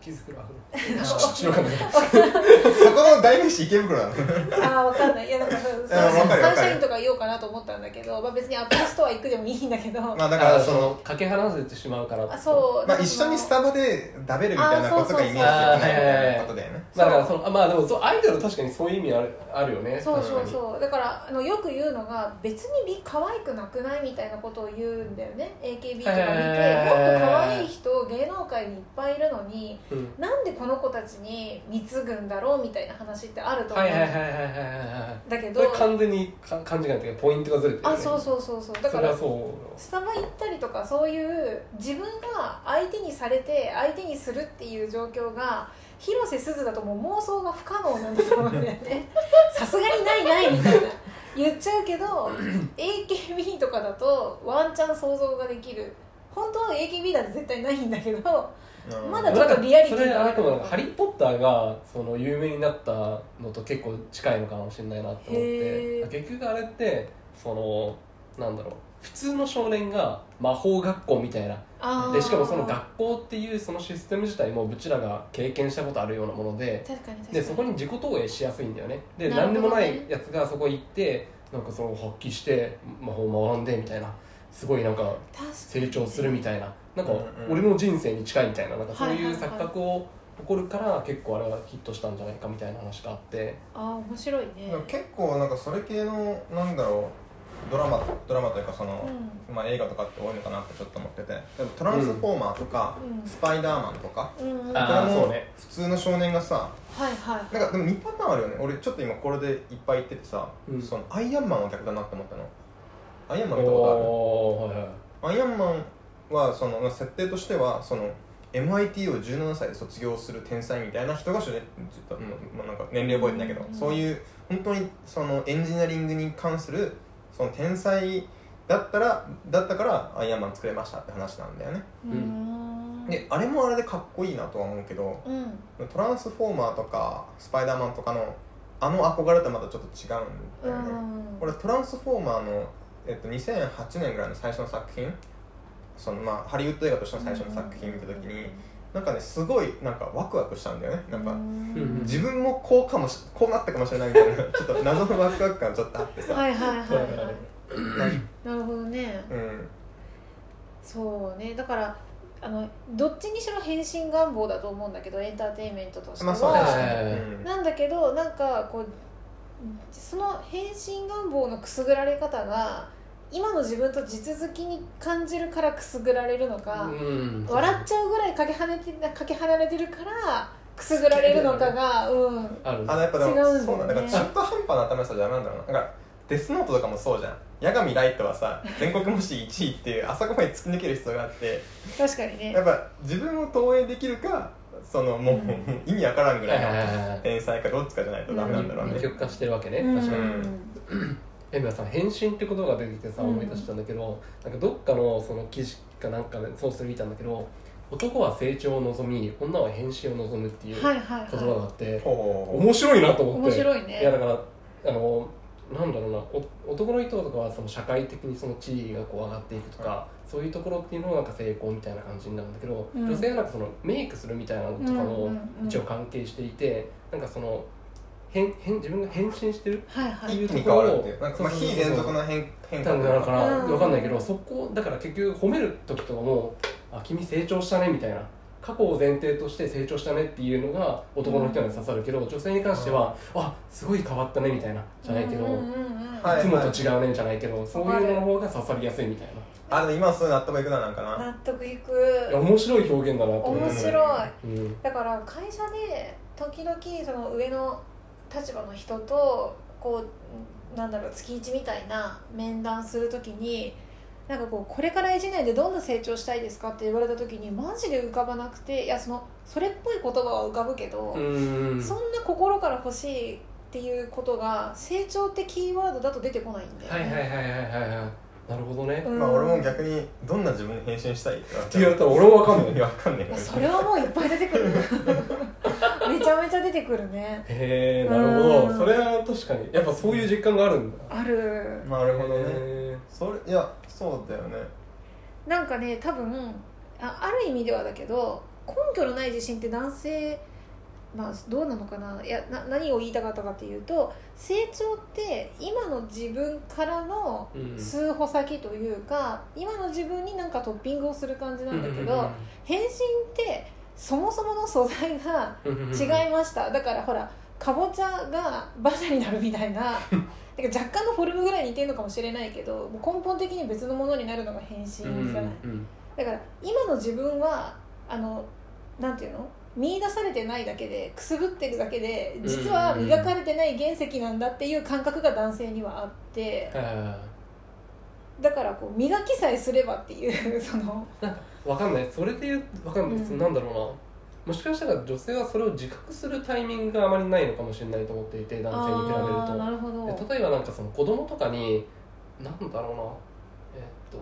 S3: 気づくのあるちょっと白かった
S1: そこの代名詞池袋な の
S2: ああわかんないいやなんかそう
S1: いやわかる
S2: サ
S1: わか
S2: ン
S1: る
S2: シャインとか言おうかなと思ったんだけど、まあ、別にアップルストア行くでもいいんだけ ど、
S1: まあだか
S3: だから
S1: ら
S3: そ
S1: そ
S3: の
S1: の
S3: かけ離れてしまうから
S2: あそう
S1: まあ一緒にスタバで食べるみたいなことがイメージできないみたいなことだよね
S3: だからそのあまあでもそうアイドル確かにそういう意味あるあるよね
S2: そうそうそうだからあのよく言うのが別に美可愛くなくないみたいなことを言うんだよね AKB とか見てもっと可愛い人芸能界にいっぱいいるのに
S3: うん
S2: なんでこの子たちに貢ぐんだろうみたいな話ってあると思う、
S3: はいはいはいはいはいはいはい
S2: だけ
S3: こ
S2: ど
S3: れ完全にか勘違いだけどポイントがずれてるよ
S2: あ
S3: ね
S2: そうそうそうそうだ
S3: そ
S2: か
S3: れ
S2: ら
S3: はそ
S2: スタバ行ったりとかそういう自分が相手にされて相手にするっていう状況が広瀬すずだともう妄想が不可能なんだと思うんだよ ねさすがにないないみたいな言っちゃうけど AKB とかだとワンチャン想像ができる本当は AKB だって絶対ないんだけど
S1: うん
S2: ま
S3: う
S2: だちょっとリアリティ
S3: それ
S2: があ
S3: あ
S2: る
S3: くまでハリー・ポッターがその有名になったのと結構近いのかもしれないなって思
S2: へ
S3: っ
S2: ー
S3: て結局あれってそのなんだろう普通の少年が魔法学校みたいな
S2: あー
S3: でしかもその学校っていうそのシステム自体もうちらが経験したことあるようなもので
S2: 確かに確かに
S3: でそこに自己投影しやすいんだよねで
S2: なる
S3: 何で
S2: ほどね
S3: もないやつがそこ行ってなんかその発揮して魔法を学んでみたいなすごいなんか
S2: 確かに
S3: 成長するみたいななんか
S1: うんうん
S3: 俺の人生に近いみたいななんかそう
S2: はい
S3: い
S2: は
S3: う
S2: いはい
S3: 錯覚を起こるから結構あれはヒットしたんじゃないかみたいな話があって
S2: ああ面白いね
S1: でも結構なんかそれ系のなんだろうドラマドラマというかその、まあ、映画とかって多いのかなってちょっと思っててでもトランスフォーマーとか、
S2: うん
S1: スパイダーマンとか
S2: うんうんうん
S3: あ
S2: はい
S3: ー
S1: これ
S3: そう
S1: も
S3: ね
S1: 普通の少年がさ
S2: はいはい
S1: なんかでも2パターンあるよね俺ちょっと今これでいっぱい言っててさ、
S3: うん
S1: そのアイアンマンは逆だなって思ったのアイアン
S3: お
S1: マン見たこ
S3: おーはいはい
S1: とあるアイアンマンはそのまあ設定としてはその MIT を17歳で卒業する天才みたいな人が主人ちょっと、うんまあ、なんか年齢覚えてないけど、
S2: うん
S1: そういう本当にそのエンジニアリングに関するその天才だったらだったからアイアンマン作れましたって話なんだよね
S2: う
S3: うん
S2: ん
S1: であれもあれでかっこいいなとは思うけど、
S2: うん
S1: トランスフォーマーとかスパイダーマンとかのあの憧れとはまたちょっと違うんだよね、
S2: こ
S1: 俺トランスフォーマーの、えっと、2008年ぐらいの最初の作品そのまあハリウッド映画としての最初の作品見た時になんかねすごいなんかワクワクしたんだよねなんか
S3: うん
S1: 自分もこうかもしこうなったかもしれないみたいなちょっと謎のワクワク感ちょっとあってさ、
S2: はいはいはい
S3: はい
S2: は
S3: はい
S2: いなるほどね
S1: うん
S2: そうねだからあのどっちにしろ変身願望だと思うんだけどエンターテインメントとして
S1: ま
S2: は、
S1: あそうだ
S3: ね
S1: よね、うん
S2: なんだけどなんかこうその変身願望のくすぐられ方が今の自分と地続きに感じるからくすぐられるのか、
S3: うん
S2: 笑っちゃうぐらいかけはねてかけ離れてるからくすぐられるのかが、うん
S3: あるね
S1: あのやっぱでも
S2: 違うんだよね
S1: そうなんだから中途半端な頭さじゃなんだろうななんかデスノートとかもそうじゃん八神ライトはさ全国模試1位っていうあそこまで突き抜ける必要があって
S2: 確かにね
S1: やっぱ自分を投影できるかそのもう、
S2: うん
S1: 意味わからんぐ
S3: はいはい
S1: らいの
S3: はいはい
S1: 天才かどっちかじゃないとダメなんだろうね、
S3: 二極化してるわけね
S2: うん
S3: 確かに
S1: うん
S3: えみさん変身って言葉が出てきてさ
S2: うん
S3: 思い出したんだけど、なんかどっかのその記事かなんかでそうする見たんだけど男は成長を望み女は変身を望むっていう
S2: は
S3: 言
S2: いはい
S3: 葉があ
S2: は
S3: って、
S1: ほ
S3: 面白いなと
S2: い
S3: 思って
S2: 面白いね
S3: いやだからあのなんだろうなお男の人とかはその社会的にその地位がこう上がっていくとか、そういうところっていうのがなんか成功みたいな感じになるんだけど、
S2: うん
S3: 女性はなんかそのメイクするみたいなのとか
S2: うんう
S3: も
S2: んうん
S3: 一応関係していて、なんかその変変自分が変身してる
S2: はいは
S1: う
S2: い
S1: 一気に変わるっていうなんかまあ非連続の変変化と
S3: な
S1: い
S3: ん
S1: う
S3: だから
S2: うん
S3: わかんないけど、そこだから結局褒める時とかも「あ君成長したね」みたいな過去を前提として成長したねっていうのが男の人には刺さるけど、女性に関しては「あすごい変わったね」みたいなじゃないけど、
S2: うんうん
S3: い
S2: うんうん
S1: はい
S3: つもと違うねじゃないけどそういうのの方が刺さりやすいみたいな
S1: あでも今はそういう納得いくななんかな
S2: 納得いく
S3: いや面白い表現だなと思
S2: 面
S3: う、
S2: 白い
S3: うん、
S2: だから会社で時々その上の立場の人とこうなんだろう月一みたいな面談するときになんかこうこれから1年でどんな成長したいですかって言われたときにマジで浮かばなくていやそのそれっぽい言葉は浮かぶけど、
S3: うん
S2: そんな心から欲しいっていうことが成長ってキーワードだと出てこないんだよ、
S3: はい
S2: ね
S3: はいはいはいはいはいなるほどね、
S2: うん
S1: まあ俺も逆にどんな自分に変身したいって言わ
S3: って言われたら俺もわかんない
S1: いやわかんない
S2: いやそれはもういっぱい出てく るめちゃめちゃ出てくるね
S3: へえなるほ
S2: うん
S3: どそれは確かにやっぱそういう実感があるんだ
S2: ある
S1: なるほどね
S3: へ
S1: それいやそうだよね
S2: なんかね多分あある意味ではだけど根拠のない自信って男性まあどうなのかないやな何を言いたかったかっていうと成長って今の自分からの
S3: ーうん
S2: 数歩先というか、今の自分になんかトッピングをする感じなんだけど、変身ってそもそもの素材が
S3: うんうんうん
S2: 違いました、だからほらかぼちゃが馬車になるみたい ななんか若干のフォルムぐらい似てるのかもしれないけどもう根本的に別のものになるのが変身じゃない、
S3: うんうんうん
S2: だから今の自分はあのなんていうの見出されてないだけでくすぶってるだけで実は磨かれてない原石なんだっていう感覚が男性にはあって
S3: あ
S2: だからこう磨きさえすればっていう その
S3: ーわかんないそれで言うわかんない、
S2: うん
S3: なんだろうなもしかしたら女性はそれを自覚するタイミングがあまりないのかもしれないと思っていて男性に比べる
S2: あー
S3: と
S2: なるほど
S3: で例えばなんかその子供とかになんだろうなえっと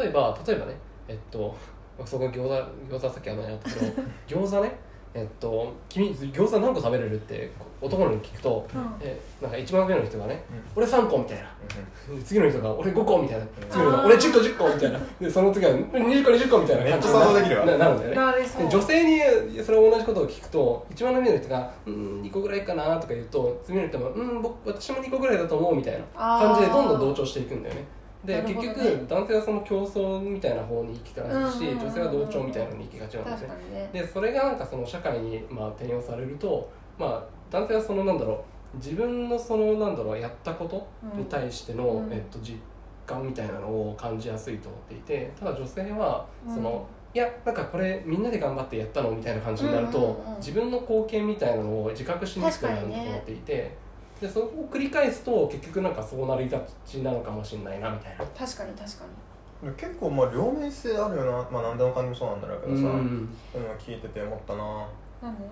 S3: 例えば例えばねえっと そこ餃子餃子さっきあのやった けど餃子ねえっと君餃子何個食べれるって男の子に聞くと
S2: うん
S3: えなんか一番上の人がね、
S1: うん
S3: 俺3個みたいな次の人が俺5個みたいな次の人
S2: あ
S3: が
S2: ー
S3: 俺10個10個みたいなでその次は20個20個みたいな感じに
S1: めっちゃ想像できるわ
S3: ななるんだよね
S2: なるほど
S3: 女性にそれ同じことを聞くと一番上の人が「うーん2個ぐらいかな」とか言うと次の人も「うん僕私も2個ぐらいだと思う」みたいな
S2: あー
S3: 感じでどんどん同調していくんだよねで、
S2: なる
S3: 結
S2: ほどね
S3: 局男性はその競争みたいな方に行きがちし
S2: うんうんうんうん
S3: 女性は同調みたいなのに行きがちなんです
S2: 確か
S3: ね
S2: にね
S3: でそれがなんかその社会にまあ転用されると、まあ、男性はそのなんだろう自分のそのなんだろうやったことに対しての、
S2: うんうん
S3: えっと、実感みたいなのを感じやすいと思っていてただ女性はその、いやなんかこれみんなで頑張ってやったのみたいな感じになると、
S2: うんうんうん
S3: 自分の貢献みたいなのを自覚しにくくなると思っていて、でそこを繰り返すと結局なんかそうなりがちなのかもしれないなみたいな。
S2: 確かに確かに
S1: うん結構まあ両面性あるよな、まあ、何でもかんでもそうなんだろうけどさ、
S3: うん
S1: そういうの聞いてて思ったな、ま
S2: なんで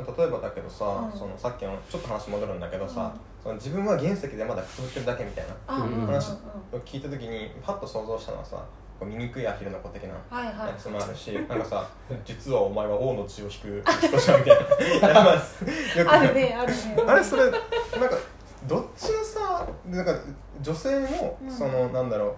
S1: あ例えばだけどさ、
S2: うん
S1: そのさっきのちょっと話戻るんだけどさ、
S2: うん
S1: その自分は原石でまだくすぶってるだけみたいな
S2: あうんうんうんうん
S1: 話聞いた時にパッと想像したのはさこう醜いアヒルの子的な
S2: はいは
S1: や
S2: い
S1: つもあるし、なんかさ実はお前は王の血を引く息子じゃんみたいな やりますよく
S2: あるねあるね
S1: あれそれなんかどっちのさなんか女性も
S2: うん
S1: その、なんだろう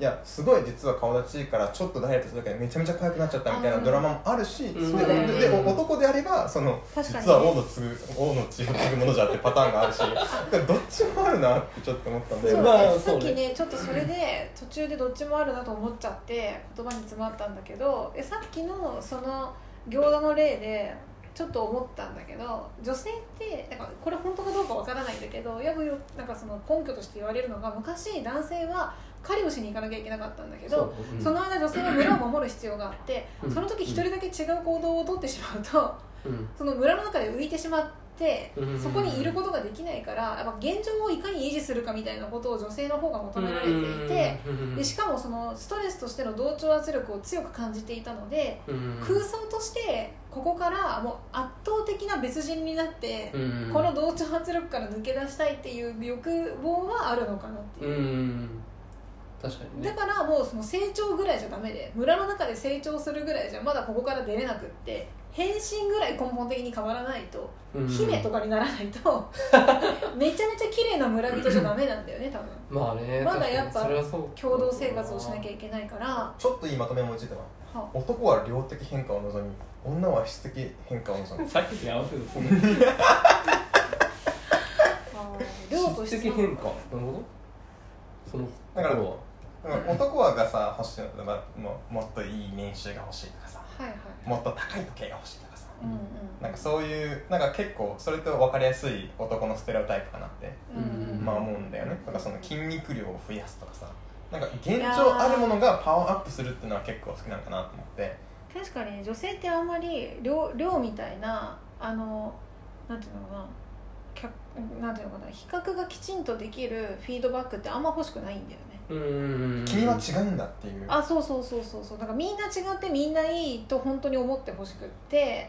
S1: いやすごい実は顔立ちいいからちょっとダイエットするだけでめちゃめちゃ可愛くなっちゃったみたいな
S2: うん
S1: ドラマもあるし、
S3: うん
S1: で
S2: そうだよね
S1: でお男であればその
S2: 確かに
S1: 実
S2: ね
S1: は王の継ぐ王の血を継ぐものじゃってパターン があるしだからどっちもあるなってちょっと思ったんで
S2: そうね、
S3: まあ
S2: さっき
S3: そう
S2: ねちょっとそれで途中でどっちもあるなと思っちゃって言葉に詰まったんだけどえさっきのその餃子の例でちょっと思ったんだけど女性ってなんかこれ本当かどうかわからないんだけどよくなんかその根拠として言われるのが昔男性は狩りをしに行かなきゃいけなかったんだけど
S3: そううん
S2: その間女性は村を守る必要があって
S3: うん
S2: その時一人だけ違う行動をとってしまうと
S3: うん
S2: その村の中で浮いてしまって
S3: うん
S2: そこにいることができないからやっぱ現状をいかに維持するかみたいなことを女性の方が求められていてでしかもそのストレスとしての同調圧力を強く感じていたので空想としてここからもう圧倒的な別人になってこの同調圧力から抜け出したいっていう欲望はあるのかなって
S3: う
S2: いう。
S3: ん確かに
S2: だ
S3: ね
S2: からもうその成長ぐらいじゃダメで村の中で成長するぐらいじゃまだここから出れなくって変身ぐらい根本的に変わらないと姫とかにならないとめちゃめちゃ綺麗な村人じゃダメなんだよね多分
S3: まあね
S2: まだやっぱ
S3: 確かにそれはそう
S2: 共同生活をしなきゃいけないからは
S1: ちょっといいまとめもついてたわ男は量的変化を望み女は質的変化を望 む
S3: さ っきに合わせてその
S2: あ量と質
S3: 質的変化なるほどその
S1: だから
S3: 心は
S1: なんか男はがさ欲しいのだからもうもっといい年収が欲しいとかさ
S2: はいはい
S1: もっと高い時計が欲しいとかさ
S2: うんうん
S1: なんかそういうなんか結構それと分かりやすい男のステレオタイプかなって、
S2: うんうん
S1: まあ思うんだよねだからその筋肉量を増やすとかさなんか現状あるものがパワーアップするっていうのは結構好きなのかなと思って
S2: 確かに女性ってあんまり量量みたいなあのなんていうのかな客なんていうのかな比較がきちんとできるフィードバックってあんま欲しくないんだよね
S3: うん
S1: 君は違うんだっていう
S2: あそうそうそうそうそうだからみんな違ってみんないいと本当に思ってほしくって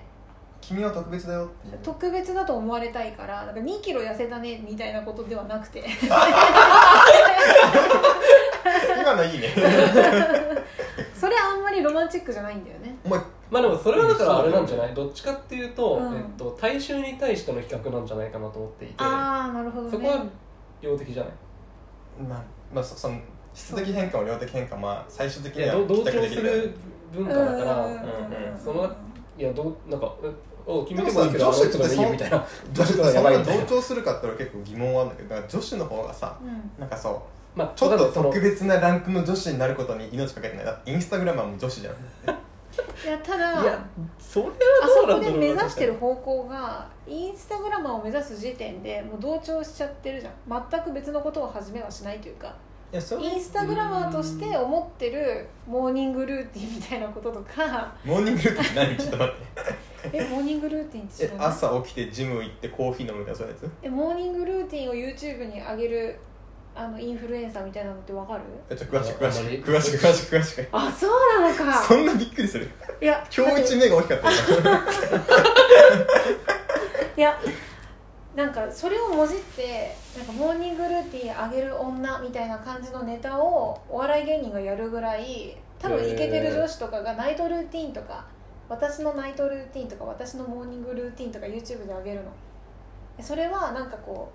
S1: 君は特別だよっていう
S2: 特別だと思われたいからなんか2キロ痩せたねみたいなことではなくて
S1: 今のいい ね
S2: それあんまりロマンチックじゃないんだよね
S1: お前
S3: まあでもそれはだからあれなんじゃないどっちかっていうと、
S2: うん
S3: えっと、大衆に対しての比較なんじゃないかなと思っていて
S2: ああなるほどね
S3: そこは量的じゃない
S1: まあ、まあ、そその質的変化も量的変化まあ最終的
S3: い
S1: には
S3: やど同調
S1: 帰宅
S3: する文化だから、
S2: うんうんうん
S3: そのいやどうなんかえお君
S1: でもさ
S3: とこだけど
S1: 女子って
S3: とかでいいよみたいな
S1: 女子ってそ
S3: や
S1: んな
S3: ばいみたい
S1: 同
S3: な
S1: 調するかって俺結構疑問はあるんだけどだから女子の方がさ
S2: うん
S1: なんかそう
S3: まあ
S1: ちょっと
S3: その
S1: 特別なランクの女子になることに命かけてないだってインスタグラマーも女子じゃん
S2: いやた
S3: い
S2: だ
S3: やそれは
S2: あ
S3: ど
S2: そう
S3: な
S2: こ
S3: んだ
S2: で
S3: ろう
S2: 目指してる方向がインスタグラマーを目指す時点でもう同調しちゃってるじゃん全く別のことを始めはしないというか
S1: やそれ
S2: インスタグラマーとして思ってるモーニングルーティンみたいなこととか
S1: モーニングルーティン何ちょっと待って
S2: えモーニングルーティン って知
S1: え
S2: らない
S1: 朝起きてジム行ってコーヒー飲むみたいなそういうやつ
S2: えモーニングルーティンを YouTube に上げるあのインフルエンサーみたいなのってわかる
S1: えちょっと詳しく詳し
S3: あんまり
S1: く詳しく詳しく詳しく
S2: あそうなの
S1: そ
S2: か
S1: んなびっくりする
S2: いや
S1: 今
S2: だっ
S1: 日一
S2: て
S1: 目が大きかった今
S2: いやなんかそれをもじってなんかモーニングルーティン上げる女みたいな感じのネタをお笑い芸人がやるぐらい多分イケてる女子とかがナイトルーティンとか私のナイトルーティンとか私のモーニングルーティンとか YouTube で上げるのでそれはなんかこ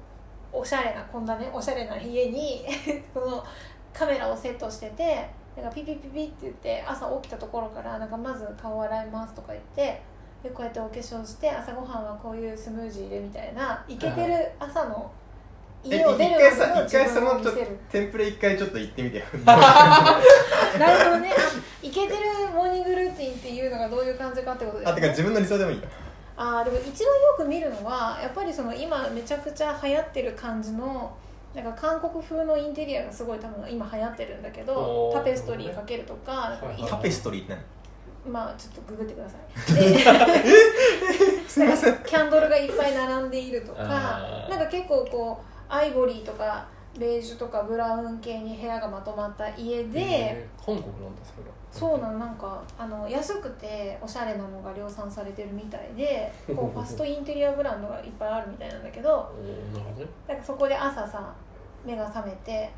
S2: うおしゃれなこんなねおしゃれな家にこのカメラをセットしててなんかピピピピって言って朝起きたところからなんかまず顔洗いますとか言ってでこうやってお化粧して朝ごはんはこういうスムージーでみたいなイケてる朝の家を出る
S1: え一回さ
S2: 自
S1: 一回そ
S2: 分を
S1: の
S2: 見
S1: ちょっと
S2: せる
S1: テンプレ一回ちょっと行ってみてよ
S2: なるほどねあイケてるモーニングルーティンっていうのがどういう感じかってことです
S1: あ
S2: ね
S1: てか自分の理想でもいいよ
S2: あーでも一番よく見るのはやっぱりその今めちゃくちゃ流行ってる感じのなんか韓国風のインテリアがすごい多分今流行ってるんだけど
S3: おー
S2: タペストリーかけるとかなんか
S3: はい
S2: い
S3: はい
S1: タペストリーって何
S2: まあちょっとググってくだ さいです
S1: いません
S2: キャンドルがいっぱい並んでいるとか
S3: あー
S2: なんか結構こうアイボリーとかベージュとかブラウン系に部屋がまとまった家で、
S3: えー韓国なんだそれが
S2: そうなんなんかあの安くておしゃれなのが量産されてるみたい でこうファストインテリアブランドがいっぱいあるみたいなんだけど
S3: おーなるほどね
S2: なんかそこで朝さ目が覚めて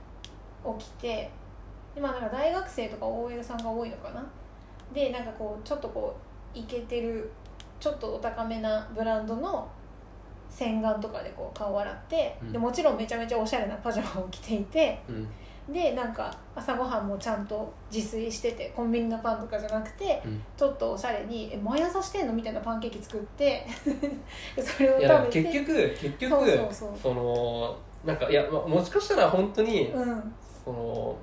S2: 起きてでまあなんか大学生とか OL さんが多いのかなでなんかこうちょっとこうイケてるちょっとお高めなブランドの洗顔とかでこう顔を洗ってで
S3: うん
S2: もちろんめちゃめちゃおしゃれなパジャマを着ていて
S3: うん
S2: でなんか朝ごはんもちゃんと自炊しててコンビニのパンとかじゃなくて、
S3: うん
S2: ちょっとおしゃれに「え毎朝してんの?」みたいなパンケーキ作って それを
S3: いやだか
S2: 食
S3: ら
S2: べて
S3: 結局結
S2: そ
S3: 局そう
S2: そうそう
S3: のなんかいや、まあ、もしかしたら本当に、
S2: うん
S3: その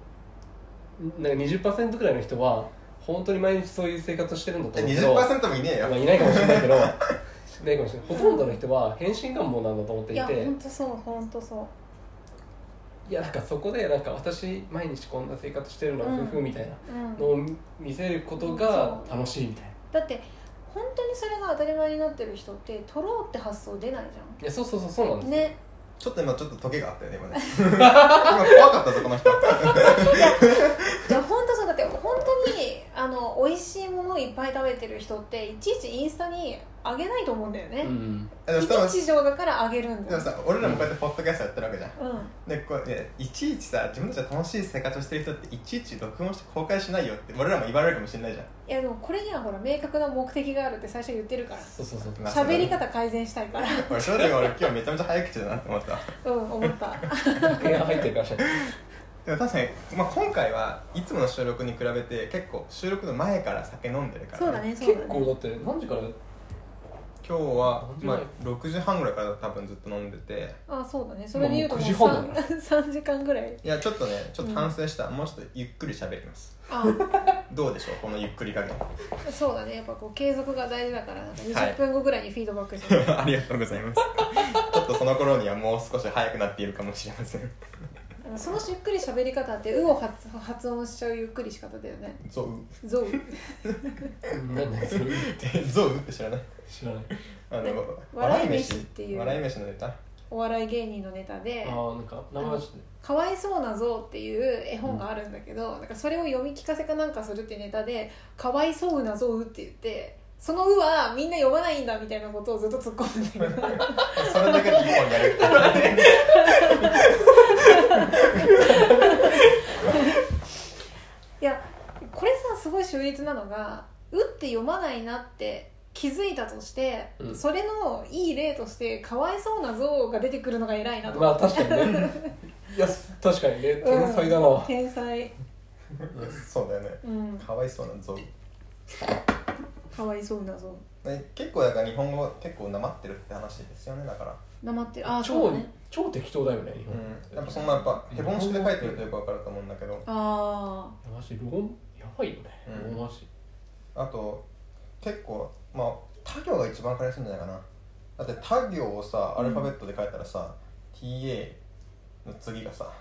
S3: なんか20%ぐらいの人は本当に毎日そういう生活してるんだと思うけど、ま
S1: 20%もいねえよ
S3: あ、いないかもしれないけどいないかもしれないほとんどの人は変身願望なんだと思って
S2: い
S3: い
S2: や
S3: て
S2: ほんとそうほんとそう
S3: いやなんかそこでなんか私毎日こんな生活してるの
S2: うん
S3: 夫婦みたいな
S2: うん
S3: のを見せることが楽しいみたいな
S2: だって本当にそれが当たり前になってる人って取ろうって発想出ないじ
S3: いやそうそうそうそうな
S2: ゃ
S3: んで
S2: ん
S3: す
S2: ね
S1: ちょっと今ちょっとトゲがあったよね今 ね今怖かったぞこの人
S2: いや本当そうだって本当にあの美味しいものをいっぱい食べてる人っていちいちインスタにあげないと思うんだよね、
S3: うん
S1: えでも
S2: 非
S1: 多分
S2: 日常だからあげるんだ
S1: で
S2: よ
S1: もさ俺らもこうやってポッドキャストやってるわけじゃん
S2: うん
S1: でこういやいちいちさ自分たちが楽しい生活をしてる人っていちいち録音して公開しないよって俺らも言われるかもしれないじゃん
S2: いやでもこれにはほら明確な目的があるって最初言ってるから
S3: そうそうそう
S1: まあそうだね
S2: 喋り方改善したいから
S1: 俺それで俺今日めちゃめちゃ早口だなって思った
S2: うん思った
S3: 100円入ってる からしれない
S1: でも確かに、まあ、今回はいつもの収録に比べて結構収録の前から酒飲んでるから、
S2: そうだねそう
S3: 結
S2: だ
S3: 構
S2: ね
S3: だって何時から
S1: 今日は
S3: 何、時
S1: ま
S3: 前
S1: あ、6時半ぐらいから多分ずっと飲んでて
S2: あそうだねそれで言うともう
S3: もう9
S2: 3, 3時間ぐらい
S1: いやちょっとねちょっと反省した、もうちょっとゆっくり喋ります
S2: あ
S1: どうでしょうこのゆっくり加減
S2: そうだねやっぱこう継続が大事だからなんか
S1: はい
S2: 20分後ぐらいにフィードバックして、
S1: ありがとうございますちょっとその頃にはもう少し早くなっているかもしれません
S2: あのそのゆっくり喋り方って「う」を発発音しちゃうゆっくり仕方だよね
S1: ゾウ
S2: 「ゾウ」
S3: 何だそれ
S1: えゾウって知らない
S3: 知らない
S1: あ
S2: ね
S1: の
S2: 笑い飯っていう
S1: 笑い飯のネタ
S2: お笑い芸人のネタで
S3: ああなんか名前は知ってる
S2: かわいそうなぞっていう絵本があるんだけど、なんかそれを読み聞かせかなんかするってネタで「かわいそうなぞう」って言ってその「う」はみんな読まないんだみたいなことをずっと突っ込んで る
S1: それだけで一本やる
S2: いやこれさすごい秀逸なのが「う」って読まないなって気づいたとして、
S3: うん
S2: それのいい例として「かわいそうなぞう」が出てくるのが偉いなと、
S3: まあ確かにねいや確かにね
S2: うん
S3: 天才だな、
S2: 天才
S1: そうだよね
S2: うん
S1: かわいそうなゾウ
S2: かわいそうなぞ
S1: ね結構だから日本語結構なまってるって話ですよねだから
S2: うなまってるああそ
S3: 超
S2: うだね
S3: 超適当だよね日本、
S1: うんやっぱそんなやっぱヘボン式で書いてるとよくわかると思うんだけど
S2: あ
S3: マジローンやばいよね、
S1: うん
S3: ローマ字
S1: あと結構まあ他行が一番わかりやすいんじゃないかなだって他行をさアルファベットで書いたらさ、TA の次がさ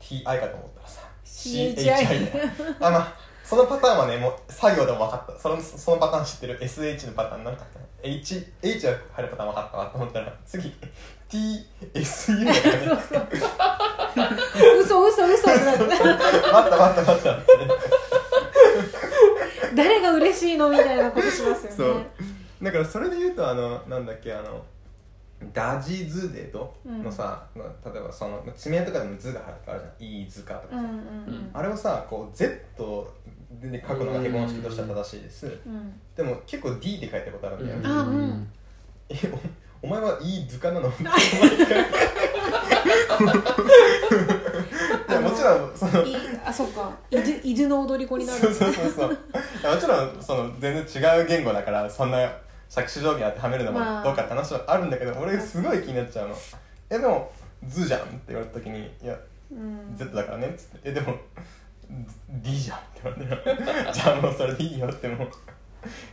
S1: TH TI かと思ったらさ
S2: CHI
S1: ねあまあそのパターンはねもう作業でも分かったそのそのパターン知ってる SH のパターンなんかったな H, H が入るパターン分かったわと思ったら次 TSU だったね
S2: 嘘嘘嘘ってなって
S1: 待った待った待ったって
S2: 誰が嬉しいのみたいなことしますよね
S1: そうだからそれで言うとあのなんだっけあのダジズデドのさ、まあ例えばその地名とかでも「図」が入るとあるじゃん「イーズカ」とか
S4: う
S1: さ、
S4: んうん
S1: あれをさこう Z で書くのがヘボン式としては正しいです
S4: うん
S1: でも結構 D で書いたことあるんだよね、
S2: あうん
S1: え おお前は「イーズカ」 なのいやもちろんその
S2: いあそっか犬犬の踊り子にな
S1: そう
S2: る
S1: そうそうそうもちろんその全然違う言語だからそんな作詞上下当てはめるのも
S2: まあ
S1: どうかって話はあるんだけど、俺すごい気になっちゃうの「えでも図じゃん」って言われた時に「いや
S4: うん、
S1: Z だからね」っつって「えでも D じゃん」って言われてじゃあもうそれでいいよってもう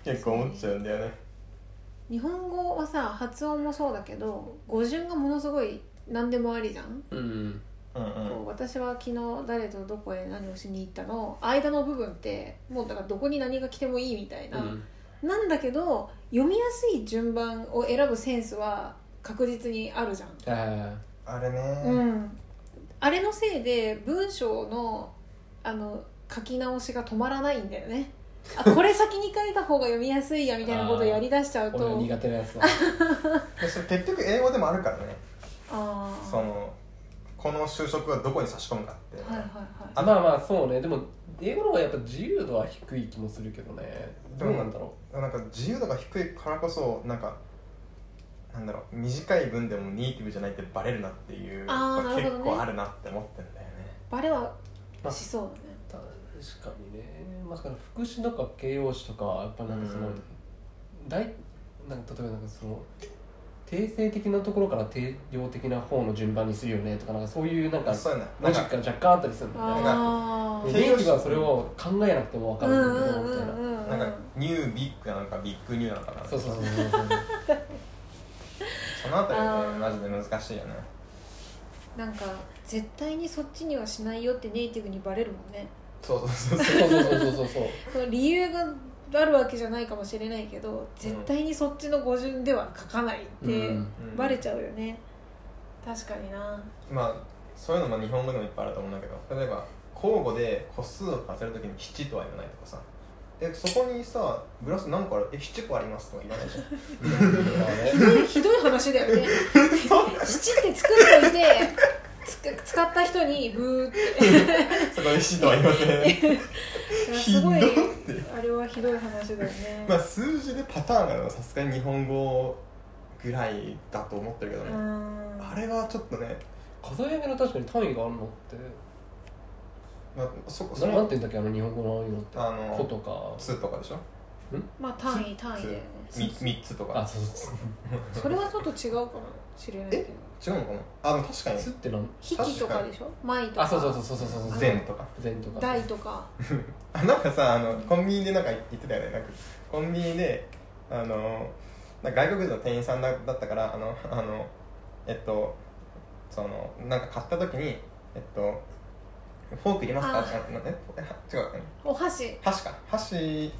S1: 結構思っちゃうんだよね
S2: 日本語はさ発音もそうだけど語順がものすごい何でもありじゃん、
S3: うん
S1: うん
S2: こう私は昨日誰とどこへ何をしに行ったの間の部分ってもうだからどこに何が来てもいいみたいな、なんだけど読みやすい順番を選ぶセンスは確実にあるじゃん
S3: あ
S1: あれね
S2: うん、あれのせいで文章のあの書き直しが止まらないんだよねあこれ先に書いた方が読みやすいやみたいなことをやりだしちゃう
S3: ー俺の
S2: と
S3: 苦手なやつだ
S1: でそれ結局英語でもあるからね
S2: ああ
S1: そのこの就職はどこに差し込むかって、
S2: はいはいは
S3: あまあまあそうねでも英語の方がやっぱ自由度は低い気もするけどねどうなんだろ
S1: なんか自由度が低いからこそなんかなんだろう短い文でもネイティブじゃないってバレるなっていう
S2: あー
S1: まあ
S2: なる
S1: 結
S2: ほどね
S1: 構あるなって思ってんだよね
S2: いバレはしそうだね
S3: う確かにねまあだから副詞とか形容詞とかやっぱなんかその、
S1: うん
S3: 大なんか例えばなんかその定性的なところから定量的な方の順番にするよねとかなんかそういうなんか
S1: あそうやな
S3: ロジ
S1: な
S3: ッ
S1: ん
S3: ク
S1: か
S3: が若干あったりするんだよね
S2: あ
S1: ー
S2: あ
S3: ネイティブはそれを考えなくても分か
S2: うん
S3: る
S2: うん
S3: だ
S2: んう
S3: けどみたいな
S1: な
S2: う
S3: ん
S1: ん
S2: ん
S1: かニュービッグなのかビッグニューなのかな
S3: そうそうそうそう
S1: そのあたり
S2: あ
S1: ね
S2: ー
S1: マジで難しいよね
S2: なんか絶対にそっちにはしないよってネイティブにバレるもんね
S1: そうそうそうそう
S3: そうそうそうそうそうそう
S2: その理由があるわけじゃないかもしれないけど絶対にそっちの語順では書かない って、
S3: うん
S1: うん
S2: バレちゃうよね確かにな
S1: まあそういうのも日本語でもいっぱいあると思うんだけど例えば交互で個数を数えるときに7とは言わないとかさえそこにさグラス何個あるえ7個ありますとか言わない じゃん
S2: ひどいひどい話だよね七って作っといてつく使った人にブーって
S1: そこで7とは言いません、
S2: すごい
S1: ひどって
S2: あれはひどい話だよね、
S1: まあ数字でパターンがあるのはさすがに日本語ぐらいだと思ってるけど
S2: う
S1: ね、
S2: ん
S1: あれはちょっとね、
S3: 数え目の確かに単位があるのって
S1: まあ、そこそ
S3: ななん
S1: の
S3: て言うんだっけあの日本語のああいうのって
S1: あの
S3: 子とか
S1: 数とかでしょ
S2: まあ単位単位だよね
S1: み三つと
S3: あ
S1: か
S3: そうそう
S2: それはちょっと違うかもしれないけど
S1: 違うのかなあでも確かに
S3: そうつってなん
S2: 「引き」とかでしょ「舞」とか
S3: あそうそうそうそうそうそうそう
S1: 全とか
S3: 全とか
S2: 大」とか
S1: あなんかさあのコンビニでなんか言ってたよねなんかコンビニであのなんか外国人の店員さんだだったからあのあのえっとそのなんか買った時にえっとフォークいりますか
S2: あ
S1: あなええは違う何
S2: 「お箸
S1: 箸か箸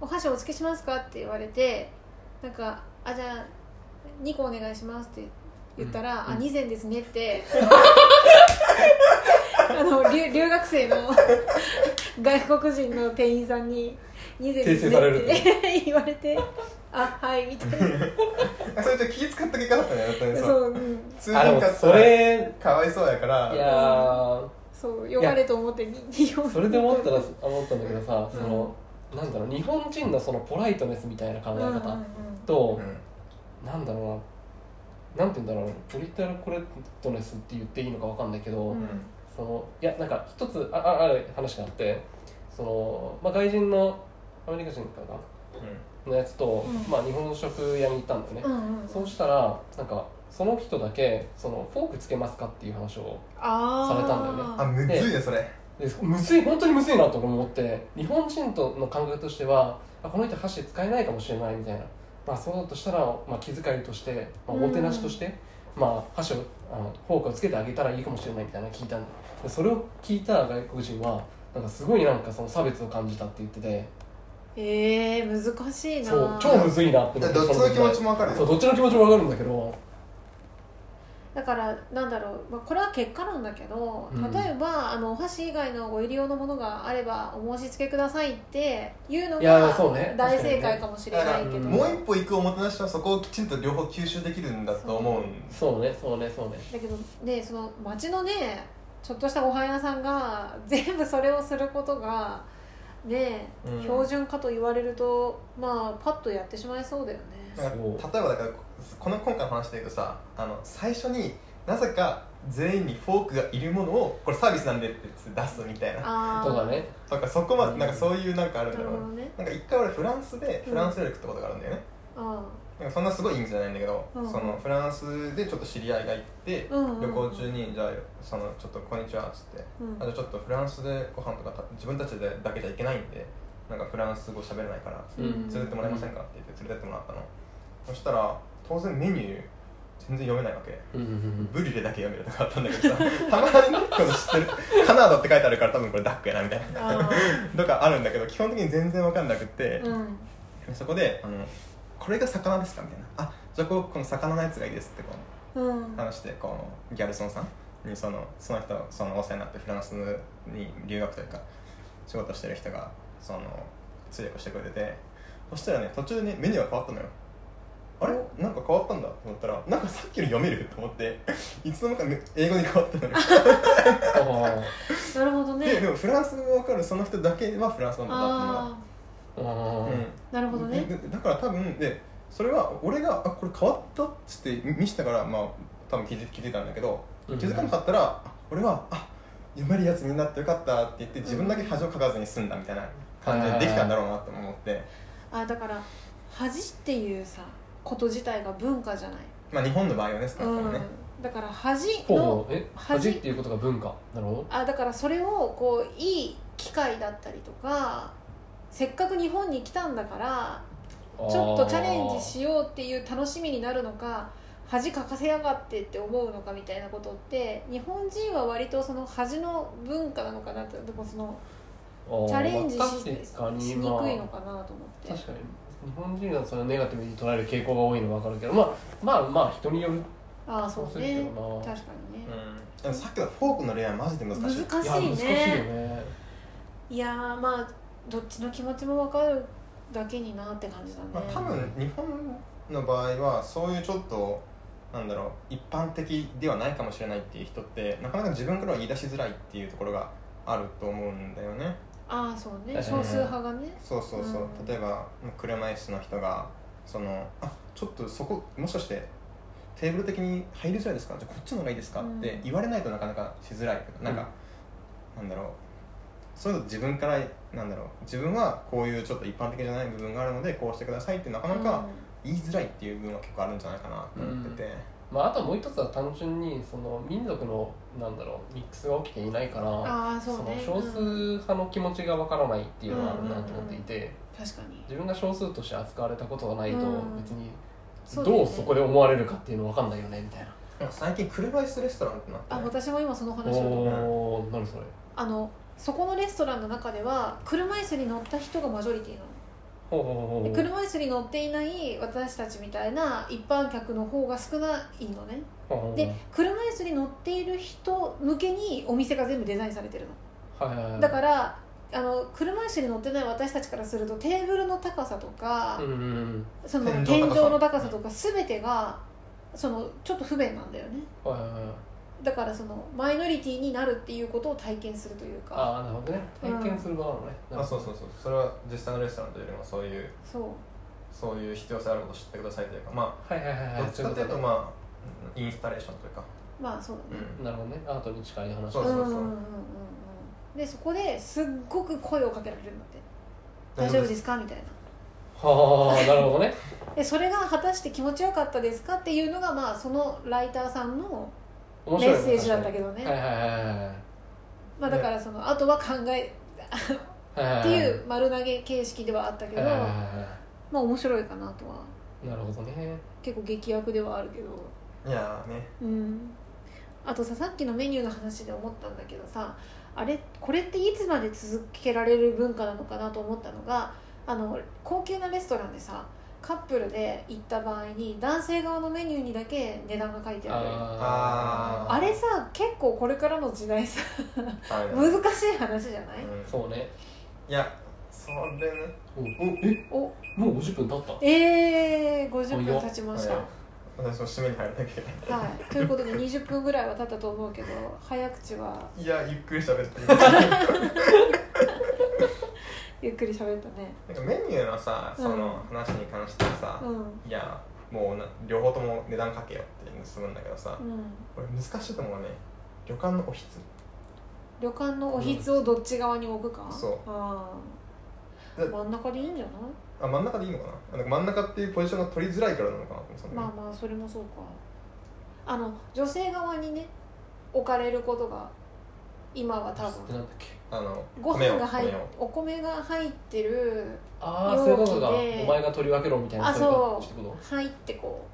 S2: お箸お付けしますか?」って言われてなんか「あじゃあ2個お願いします」って言ったら「
S3: うん
S2: あ二2膳ですね」って あの留留学生の 外国人の店員さんに「2膳ですね」って 言われて「あはい」みたいな
S1: あそれちょっと気使った結果だったね本当に
S2: そう
S1: そう、
S2: うん、
S1: 通
S3: あで
S1: 勤
S3: も
S1: 買った
S3: そ
S1: ら
S3: れ
S1: かわいそうやから
S3: いや
S2: そうよかれと思ってに日本
S3: ーそれで思ったら思ったんだけどさそのなんだろう日本人のそのポライトネスみたいな考
S2: う
S3: え
S2: んうんうん
S3: 方
S1: う
S3: と
S1: ん
S3: なんだろうななんて言うんだろうポリタルコレクトネスって言っていいのかわかんないけど、
S2: うん
S3: そのいやなんか一つああある話があってその、まあ、外人のアメリカ人かなのやつと、
S2: うん
S3: まあ、日本食屋に行ったんだよね、
S2: うんうん
S3: そうしたらなんかその人だけそのフォークつけますかっていう話を
S2: あー
S3: されたんだよね
S1: あむずいねそれ
S3: でむずい本当にむずいなと思って日本人との感覚としてはあこの人箸使えないかもしれないみたいな、まあ、そうだとしたら、まあ、気遣いとして、まあ、おもてなしとして、まあ、箸をあのフォークをつけてあげたらいいかもしれないみたいなの聞いたのでそれを聞いた外国人はなんかすごいなんかその差別を感じたって言ってて
S2: ええー、難しいな
S3: そう超むずいなって
S1: い
S3: 思
S1: や
S3: って
S1: どっちの気持ち
S3: も
S1: もわかる
S3: そう
S1: よ
S3: どっちの気持ちもわかるんだけど
S2: だからなんだろう、まあ、これは結果論だけど
S3: うん
S2: 例えば、あのお箸以外のご入り用のものがあればお申し付けくださいっていうの
S3: いや
S2: が
S3: そうね
S2: 大正解かもしれないけど、
S3: 確かにね
S1: もう一歩行くおもてなしはそこをきちんと両方吸収できるんだと思うんです
S3: そうねそうねそうね
S2: だけどねその町のねちょっとしたご飯屋さんが全部それをすることがね、
S3: うん
S2: 標準化と言われるとまあパッとやってしまいそうだよね
S1: だから
S3: そう
S1: 例えばだからこの今回の話でいうとさあの最初になぜか全員にフォークがいるものをこれサービスなんでって言って出すみたいな
S2: ああ
S3: とかね
S1: とかそこまでなんかそういうなんかあるん
S2: な
S1: だ
S2: る
S1: ろ
S2: ほ
S1: う
S2: どね
S1: なんか一回俺フランスで
S2: うん
S1: フランス料理食ったことがあるんだよね、
S2: あ
S1: なんかそんなすごい意味じゃないんだけど、
S2: うん
S1: そのフランスでちょっと知り合いが行って、
S2: うんうんうん
S1: 旅行中にじゃあそのちょっとこんにちはっつって、
S2: うん
S1: あとちょっとフランスでご飯とかた自分たちでだけじゃいけないんでなんかフランス語喋れないから
S2: ーうん
S1: 連れてってもらえませんかって言って連れてってもらったの、そしたら当然メニュー全然読めないわけ
S3: うんうんうん
S1: ブリュレだけ読めるとかあったんだけ どさたまにねこの知ってるカナダって書いてあるから多分これダックやなみたいな
S2: あ
S1: とかあるんだけど基本的に全然わかんなくて、
S2: ーうん
S1: そこであの「これが魚ですか?」みたいな「あじゃあこうこの魚のやつがいいです」ってこう
S2: うん
S1: 話してこのギャルソンさんにそのその人そのお世話になってフランスに留学というか仕事してる人がその通訳してくれててそしたらね途中でねメニューが変わったのよあれなんか変わったんだと思ったらなんかさっきより読めると思って いつの間にか英語に変わったのよ
S3: あ
S2: なるほど
S1: でで
S2: ね
S1: もフランス語が分かるその人だけはフランス語なんだったのよ
S2: あ
S3: ーあ
S1: う
S3: ー
S1: ん
S2: あなるほどね
S1: でだから多分でそれは俺があこれ変わったっつって見せたからまあ多分気づ気づいたんだけど気
S3: うん
S1: づかなかったら、あ俺はあ読めるやつになってよかったって言って自分だけ恥をかかずに済んだみたいな感じでできたんだろうなって思って、
S2: あだから恥っていうさこと自体が文化じゃない、
S1: まあ、日本の場合はね少なくとも
S2: う
S1: ね、
S2: ん、だから恥
S3: ほう
S2: の
S3: ほうえ
S2: 恥
S3: 恥っていうことが文化なるほど
S2: あだからそれをこういい機会だったりとかせっかく日本に来たんだから
S3: あー
S2: ちょっとチャレンジしようっていう楽しみになるのか恥かかせやがってって思うのかみたいなことって日本人は割とその恥の文化なのかなってでもその
S3: あー
S2: チャレンジし
S3: まあ
S2: しにく
S3: 確かに
S2: いのかなと思って
S3: 確かに日本人がそのネガティブに捉える傾向が多いのは分かるけどまあまあまあ人による
S2: ああそ
S3: そう
S2: う
S3: するけ
S2: ね
S3: どな
S2: 確かにね
S1: うんでもさっきのフォークの例はマジで難しい
S2: 難しい
S3: や難しい
S2: ね
S3: よね
S2: いやーまあどっちの気持ちも分かるだけになって感じだね、
S1: まあ、多分日本の場合はそういうちょっとなんだろう一般的ではないかもしれないっていう人ってなかなか自分からは言い出しづらいっていうところがあると思うんだよね
S2: ああそうね
S3: 確か
S2: 少
S3: に
S2: 数派がね
S1: そうそうそう、
S2: うん
S1: 例えば車椅子の人がそのあちょっとそこもしかしてテーブル的に入りづらいですかじゃあこっちの方がいいですか、
S2: うん
S1: って言われないとなかなかしづらいとかなんか、なんだろうそういうの自分からなんだろう自分はこういうちょっと一般的じゃない部分があるのでこうしてくださいってなかなか、言いづらいっていう部分は結構あるんじゃないかなと思ってて、
S3: まああともう一つは単純にその民族のなんだろうミックスが起きていないから
S2: うん、ああそうね
S3: その少数
S2: うん
S3: 派の気持ちが分からないっていうのはあるなと思っていて、
S2: 確かに
S3: 自分が少数として扱われたことがないと
S2: うん
S3: 別に
S2: そうだよね
S3: どうそこで思われるかっていうの分かんないよねみたいな、
S1: なんか最近車椅子レストランってなって
S2: あ
S1: ね
S2: 私も今その話を
S3: おおー何それ
S2: あのそこのレストランの中では車椅子に乗った人がマジョリティなの
S3: ほうほうほうほ
S2: で
S3: う
S2: 車椅子に乗っていない私たちみたいな一般客の方が少ないのね
S3: ほうほうほう
S2: で車椅子に乗っている人向けにお店が全部デザインされてるの
S3: はいはいはい
S2: だからあの車椅子に乗ってない私たちからするとテーブルの高さとか、
S3: うんうんうん
S2: その天
S1: 天
S2: 井
S1: 井の高さ
S2: の高さとか全てがそのちょっと不便なんだよね
S3: はいはいはい
S2: だからそのマイノリティになるっていうことを体験するというか
S3: ああなるほどね体験する場なのね、
S1: あそうそうそうそれは実際のレストランというよりもそういう
S2: そう
S1: そういう必要性あることを知ってくださいというかま
S3: はいはいはい
S1: あ
S3: はい
S1: どっちかというと
S3: あ
S1: まあインスタレーションというか、
S2: まあそうだね
S1: う
S3: なるほどねアートに近い話
S1: そうそうそうん
S2: んんんでそこですっごく声をかけられるんだって大
S1: 大
S2: 丈
S1: 丈
S2: 夫
S1: 夫
S2: で
S1: です
S2: かみたいな
S3: はあなるほどね
S2: でそれが果たして気持ちよかったですかっていうのがまあそのライターさんのメ
S3: 面白い
S2: ッ
S3: ね
S2: セージだったけどね
S3: はいはいはいはいはい
S2: まあだからそのあとは考え
S3: はい
S2: っていう丸投げ形式ではあったけど
S3: はいはいはい
S2: ま
S3: は
S2: あ面白いかなとはい
S3: なるほどね
S2: 結構劇薬ではあるけど
S1: ん、いやーね
S2: うんあとささっきのメニューの話で思ったんだけどさあれこれっていつまで続けられる文化なのかなと思ったのがあの高級なレストランでさカップルで行った場合に男性側のメニューにだけ値段が書いてあるあ
S1: あー
S2: れさ結構これからの時代さ
S1: はいはい
S2: 難しい話じゃない、
S1: うん
S3: そうね、
S1: いやそれね
S3: うん、おえ
S2: お
S3: もう50分経った
S2: えー、50分経ちました
S1: はい私も締めに入らなきゃいけない
S2: はい、ということで20分ぐらいは経ったと思うけど早口はい
S1: やゆっくり喋 っていいなん
S2: ゆっくり喋ったね
S1: かメニューのさその話に関してはさ、
S2: うん
S1: いやもうな両方とも値段かけよっていうのするんだけどさ、
S2: うん
S1: これ難しいと思うね旅館のおひつ
S2: 旅館のおひつをどっち側に置くか、
S1: そう
S2: あ
S1: で
S2: ー真ん中でいいんじゃない、
S1: あ真ん中でいいのかななんか真ん中っていうポジションが取りづらいからなのかなと思ってたんだ
S2: まあまあそれもそうかあの女性側にね置かれることが今は多
S3: って
S2: 分
S3: なんだっけ
S1: けどあの
S2: ご飯が入っ
S1: 米を
S2: お米が入ってる
S3: ああ
S2: 容器
S3: そういうことかお
S2: で
S3: 前が取り分けろみたいな
S2: あ
S3: そういうこと
S2: そう入
S3: ってこ
S2: ってこ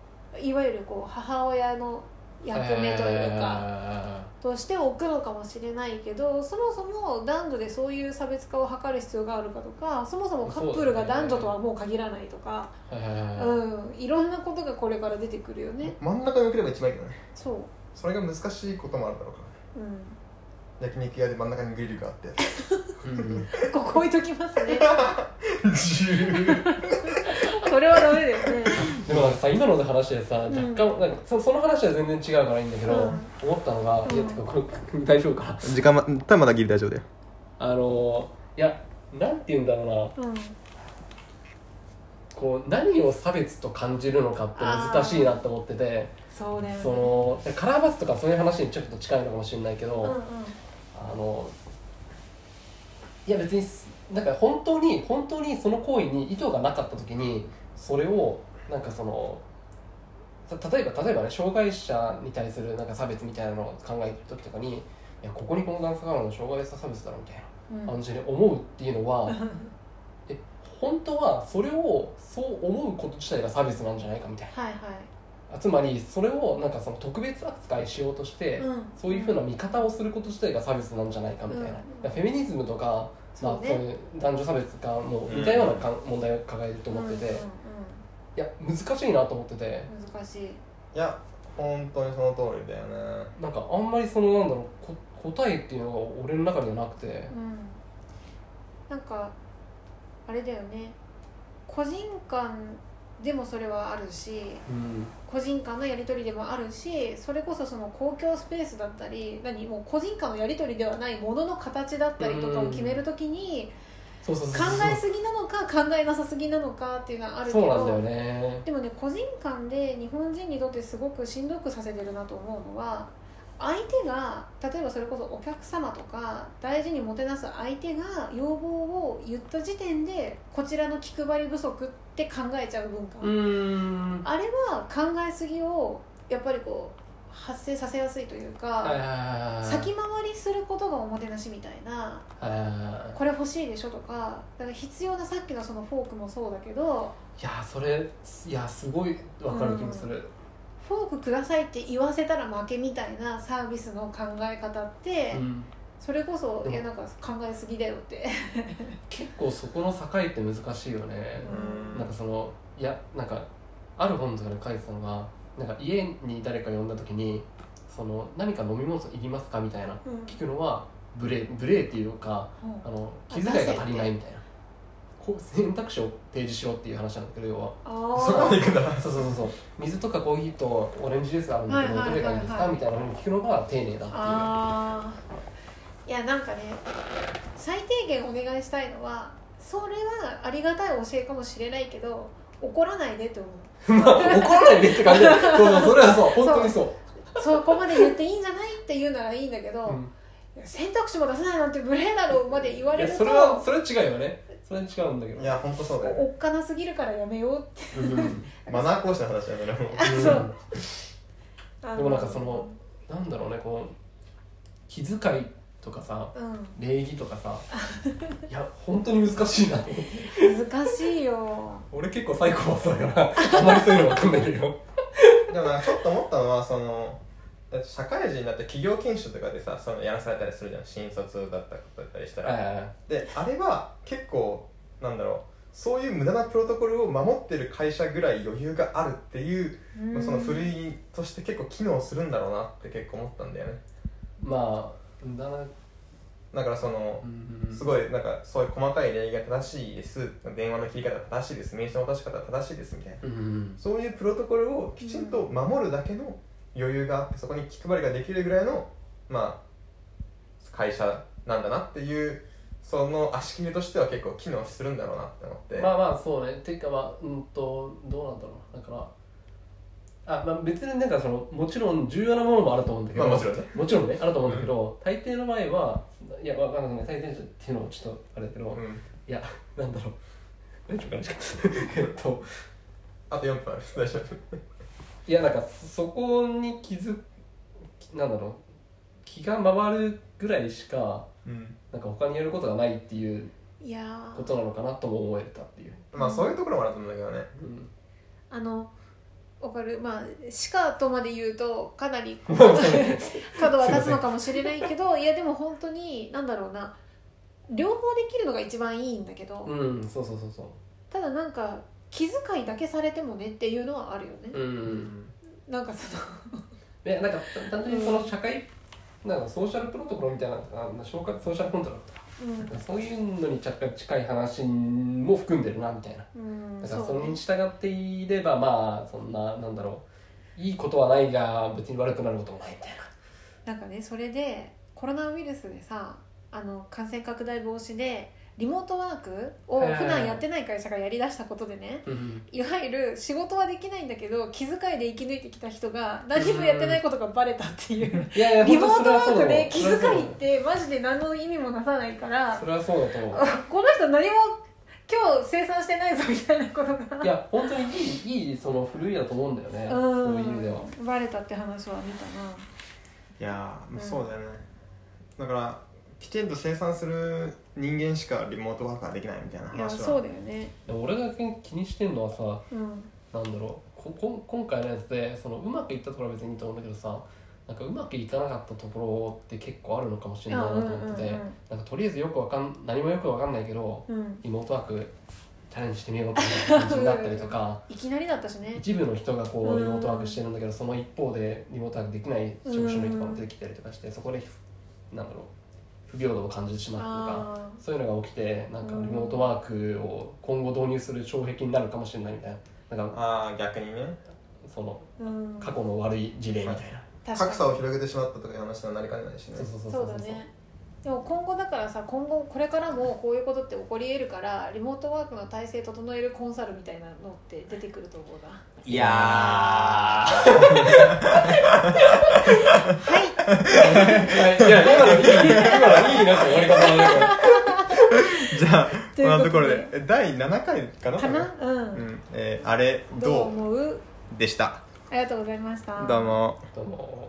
S2: ういわゆるこう母親の
S3: と
S2: 役目というか、
S3: か
S2: として置くのかもしれないけどそもそも男女でそういう差別化を図る必要があるかとかそもそもカップルが男女とはもう限らないとか
S3: はいはいは
S2: う、
S3: いはい
S2: ん、いろんなことがこれから出てくるよね
S1: 真ん中に置ければ一番いいけどね
S2: そう、
S1: それが難しいこともあるだろうからね
S2: うん、
S1: 焼肉屋で真ん中にグリルがあって
S3: うん
S2: ここ置いときますね
S1: 自由
S2: それはダメだよね
S3: でもなんかさ今ので話でさ若
S2: ん
S3: 干、なんかそその話は全然違うからいいんだけど、思ったのが、
S2: うん
S3: いやてかこれ大丈夫か な
S1: 時間ま多分まだギリ大丈夫だよ
S3: あのーいやなんて言うんだろうな
S2: うん
S3: こう何を差別と感じるのかって難しいなと思ってて
S2: そうだよね
S3: そのカラーバスとかそういう話にちょっと近いのかもしれないけど、
S4: うんうん
S3: あのいや別になんか本当に本当にその行為に意図がなかった時にそれをなんかそのた例えば例えばね障害者に対するなんか差別みたいなのを考えてる時とかにいやここにこの段差があるの障害者差別だろみたいな
S4: うん
S3: 感じに思うっていうのはえ本当はそれをそう思うこと自体が差別なんじゃないかみたい
S2: はい
S3: なつまりそれをなんかその特別扱いしようとして、
S2: はい、うん、
S3: そういうふうな見方をすること自体が差別なんじゃないかみたいな、
S2: うん
S3: だからフェミニズムとかまあ、
S2: そう
S3: そう
S2: ね
S3: いう男女差別とかも
S1: うん
S3: 似たようなかん、問題を抱えると思ってて、
S2: うん
S3: いや難しいなと思ってて
S2: うんうん難しい
S1: いや本当にその通りだよね
S3: なんかあんまりそのなんだろうこ答えっていうのが俺の中ではなくて
S2: うんなんかあれだよね個人間でもそれはあるし
S3: うん
S2: 個人間のやり取りでもあるしそれこそその公共スペースだったり何もう個人間のやり取りではないものの形だったりとかを決めるときに
S3: そうそう
S2: 考
S3: そうそう
S2: えすぎなのか考えなさすぎなのかっていうのはあるけ
S3: そう
S2: ど
S3: なんだよね
S2: でもね個人間で日本人にとってすごくしんどくさせてるなと思うのは相手が例えばそれこそお客様とか大事にもてなす相手が要望を言った時点でこちらの気配り不足って考えちゃう文化、
S3: うーん
S2: あれは考えすぎをやっぱりこう発生させやすいというか、
S3: あー
S2: 先回りすることがおもてなしみたいな
S3: あ
S2: これ欲しいでしょとかだから必要なさっきのそのフォークもそうだけど
S3: ーいやーそれいやーすごいわかる気もする、
S2: フォークくださいって言わせたら負けみたいなサービスの考え方って、
S3: うん
S2: それこそ
S3: でも
S2: いやなんか考えすぎだよって、
S3: 結構そこの境って難しいよね、
S1: うん
S3: なんかそのいやなんかある本とかで書いてたのがなんか家に誰か呼んだ時にその何か飲み物いりますかみたいな
S2: うん
S3: 聞くのは無礼無礼っていうかあの気遣いが足りないみたいなこう選択肢を提示しろっていう話なんだけど要は
S2: あ
S1: そこま
S2: ー
S1: でいくんだ
S3: そうそうそうそう水とかコーヒーとオレンジジュースあるんだけど
S2: はい
S3: ど
S2: はいは
S3: れ
S2: い
S3: が
S2: はい
S3: いいですかみたいなのに聞くのが丁寧だっていう
S2: あーいやなんかね最低限お願いしたいのはそれはありがたい教えかもしれないけど怒らないでって思う
S3: まあ怒らないでって感じだよそうそうそれはそう本当にそう
S2: そこまで言っていいんじゃないって言うならいいんだけど、
S3: うん
S2: いや選択肢も出さないなんて無礼だろうまで言わ
S3: い
S2: れ
S3: や
S2: る
S3: そ
S2: と
S3: れはそれは違うよねそれは違うんだけど
S1: いや本当そうだよね
S2: おっかなすぎるからやめようって
S3: うん
S1: マナー講師の話だよねもう
S2: あそうあの
S3: でもなんかそのなんだろうねこう気遣いとかさ
S2: うん
S3: 礼儀とか さいや本当に難しいな
S2: 難しい よ
S3: 俺結構サイコパスだからあんまりそういうの分かんないけど
S1: でもなんかちょっと思ったのはそのだって社会人になって企業研修とかでさそのやらされたりするじゃん新卒だったことだったりしたら、
S3: はいはいはい
S1: であれは結構なんだろうそういう無駄なプロトコルを守ってる会社ぐらい余裕があるっていう、まあその古いとして結構機能するんだろうなって結構思ったんだよね
S3: まあだな
S1: だからその
S3: うん
S1: すごいなんかそういう細かい例が正しいです電話の切り方正しいです名刺の渡し方正しいですみたいな
S3: うんうん
S1: そういうプロトコルをきちんと守るだけの余裕があってそこに気配りができるぐらいのまあ会社なんだなっていうその足切りとしては結構機能するんだろうなって思って、
S3: まあまあそうねていうかまあうんとどうなんだろうなだからあ、まあ、別になんかそのもちろん重要なものもあると思うんだけど、
S1: まあもちろんね
S3: もちろんねあると思うんだけど、大抵の場合はいやわかんない大抵っていうのはちょっとあれだけど、
S1: う
S3: い
S1: ん、
S3: やなんだろう大丈夫かな時間えっと
S1: あと4分ある大丈夫
S3: いやなんかそこに気づなんだろう気が回るぐらいしか
S1: うん
S3: なんか他にやることがないっていう
S2: いやー
S3: ことなのかなとも思えたっていう、
S1: まあそういうところもあると思うんだけどね
S3: うん、
S2: あのわかるまあしかとまで言うとかな り角は立つのかもしれないけどいやでも本当になんだろうな両方できるのが一番いいんだけど、
S3: うん、そうそうそうそ
S2: ただなんか気遣いだけされてもねっていうのはあるよね
S3: う、う、ん、
S2: なんかその
S3: でなんか単純にその社会なんかソーシャルプロトコルみたいなあの消化ソーシャルコントロールとか
S2: うん
S3: なんかそういうのに若干近い話も含んでるなみたいな
S2: うん
S3: だからそ
S2: そう
S3: れに従っていればまあそんななんだろういいことはないが別に悪くなることもないみたいな
S2: なんかねそれでコロナウイルスでさあの感染拡大防止でリモートワークを
S3: はいはいはい
S2: 普段やってない会社がやりだしたことでね
S3: うん
S2: いわゆる仕事はできないんだけど気遣いで生き抜いてきた人が何もやってないことがバレたっていう
S3: いやいや
S2: リモートワ
S3: 本
S2: ー
S3: 当そ
S2: ク
S3: れはそうだ
S2: で
S3: よ
S2: 気遣いってマジで何の意味もなさないから
S3: それはそうだと思う
S2: あこの人何も今日生産してないぞみたいなことが
S3: いや本当にいいいいその古いだと思うんだよね
S2: う
S3: そういう意味では
S2: んバレたって話は見たない
S1: やー、まあ
S2: うん
S1: そうだよねだからきちんと生産する人間しかリモートワークはできないみたいない
S2: や
S1: 話は
S2: そうだよね
S3: でも俺が気にしてるのはさ
S2: うん
S3: なんだろうここ今回のやつでそのうまくいったところは別にいいと思うんだけどさなんかうまくいかなかったところって結構あるのかもしれないなと思ってて、
S2: うんうんうん
S3: なんかとりあえずよくわかん何もよくわかんないけど
S2: うん
S3: リモートワークチャレンジしてみようっていう感じになったりとか
S2: いきなりだったしね
S3: 一部の人がこ
S2: う
S3: うんリモートワークしてるんだけどその一方でリモートワークできない職種の人とかも出てきたりとかしてそこでなんだろう不平等を感じてしまうとか。
S2: あ
S3: そういうのが起きてなんかリモートワークを今後導入する障壁になるかもしれないみたいななんか
S1: ああ逆にね
S3: その
S2: ーうん
S3: 過去の悪い事例みたいな、
S2: 確
S1: 格
S2: か
S1: 差を広げてしまったとかいう話にはなりかねないしね
S3: そうそうそ
S2: に
S3: う
S2: そうだねでも今後だからさ今後これからもこういうことって起こり得るからリモートワークの体制整えるコンサルみたいなのって出てくると思うな
S1: いや
S2: はい
S3: いや今のいい今のいいなって終わり方 だね
S1: じゃあこん
S2: ということで
S1: なところでえ第7回かな
S2: かなうん、
S1: うんえーあれ
S2: どう
S1: どう
S2: 思う
S1: でした
S2: ありがとうございました
S1: どうも
S3: これどうも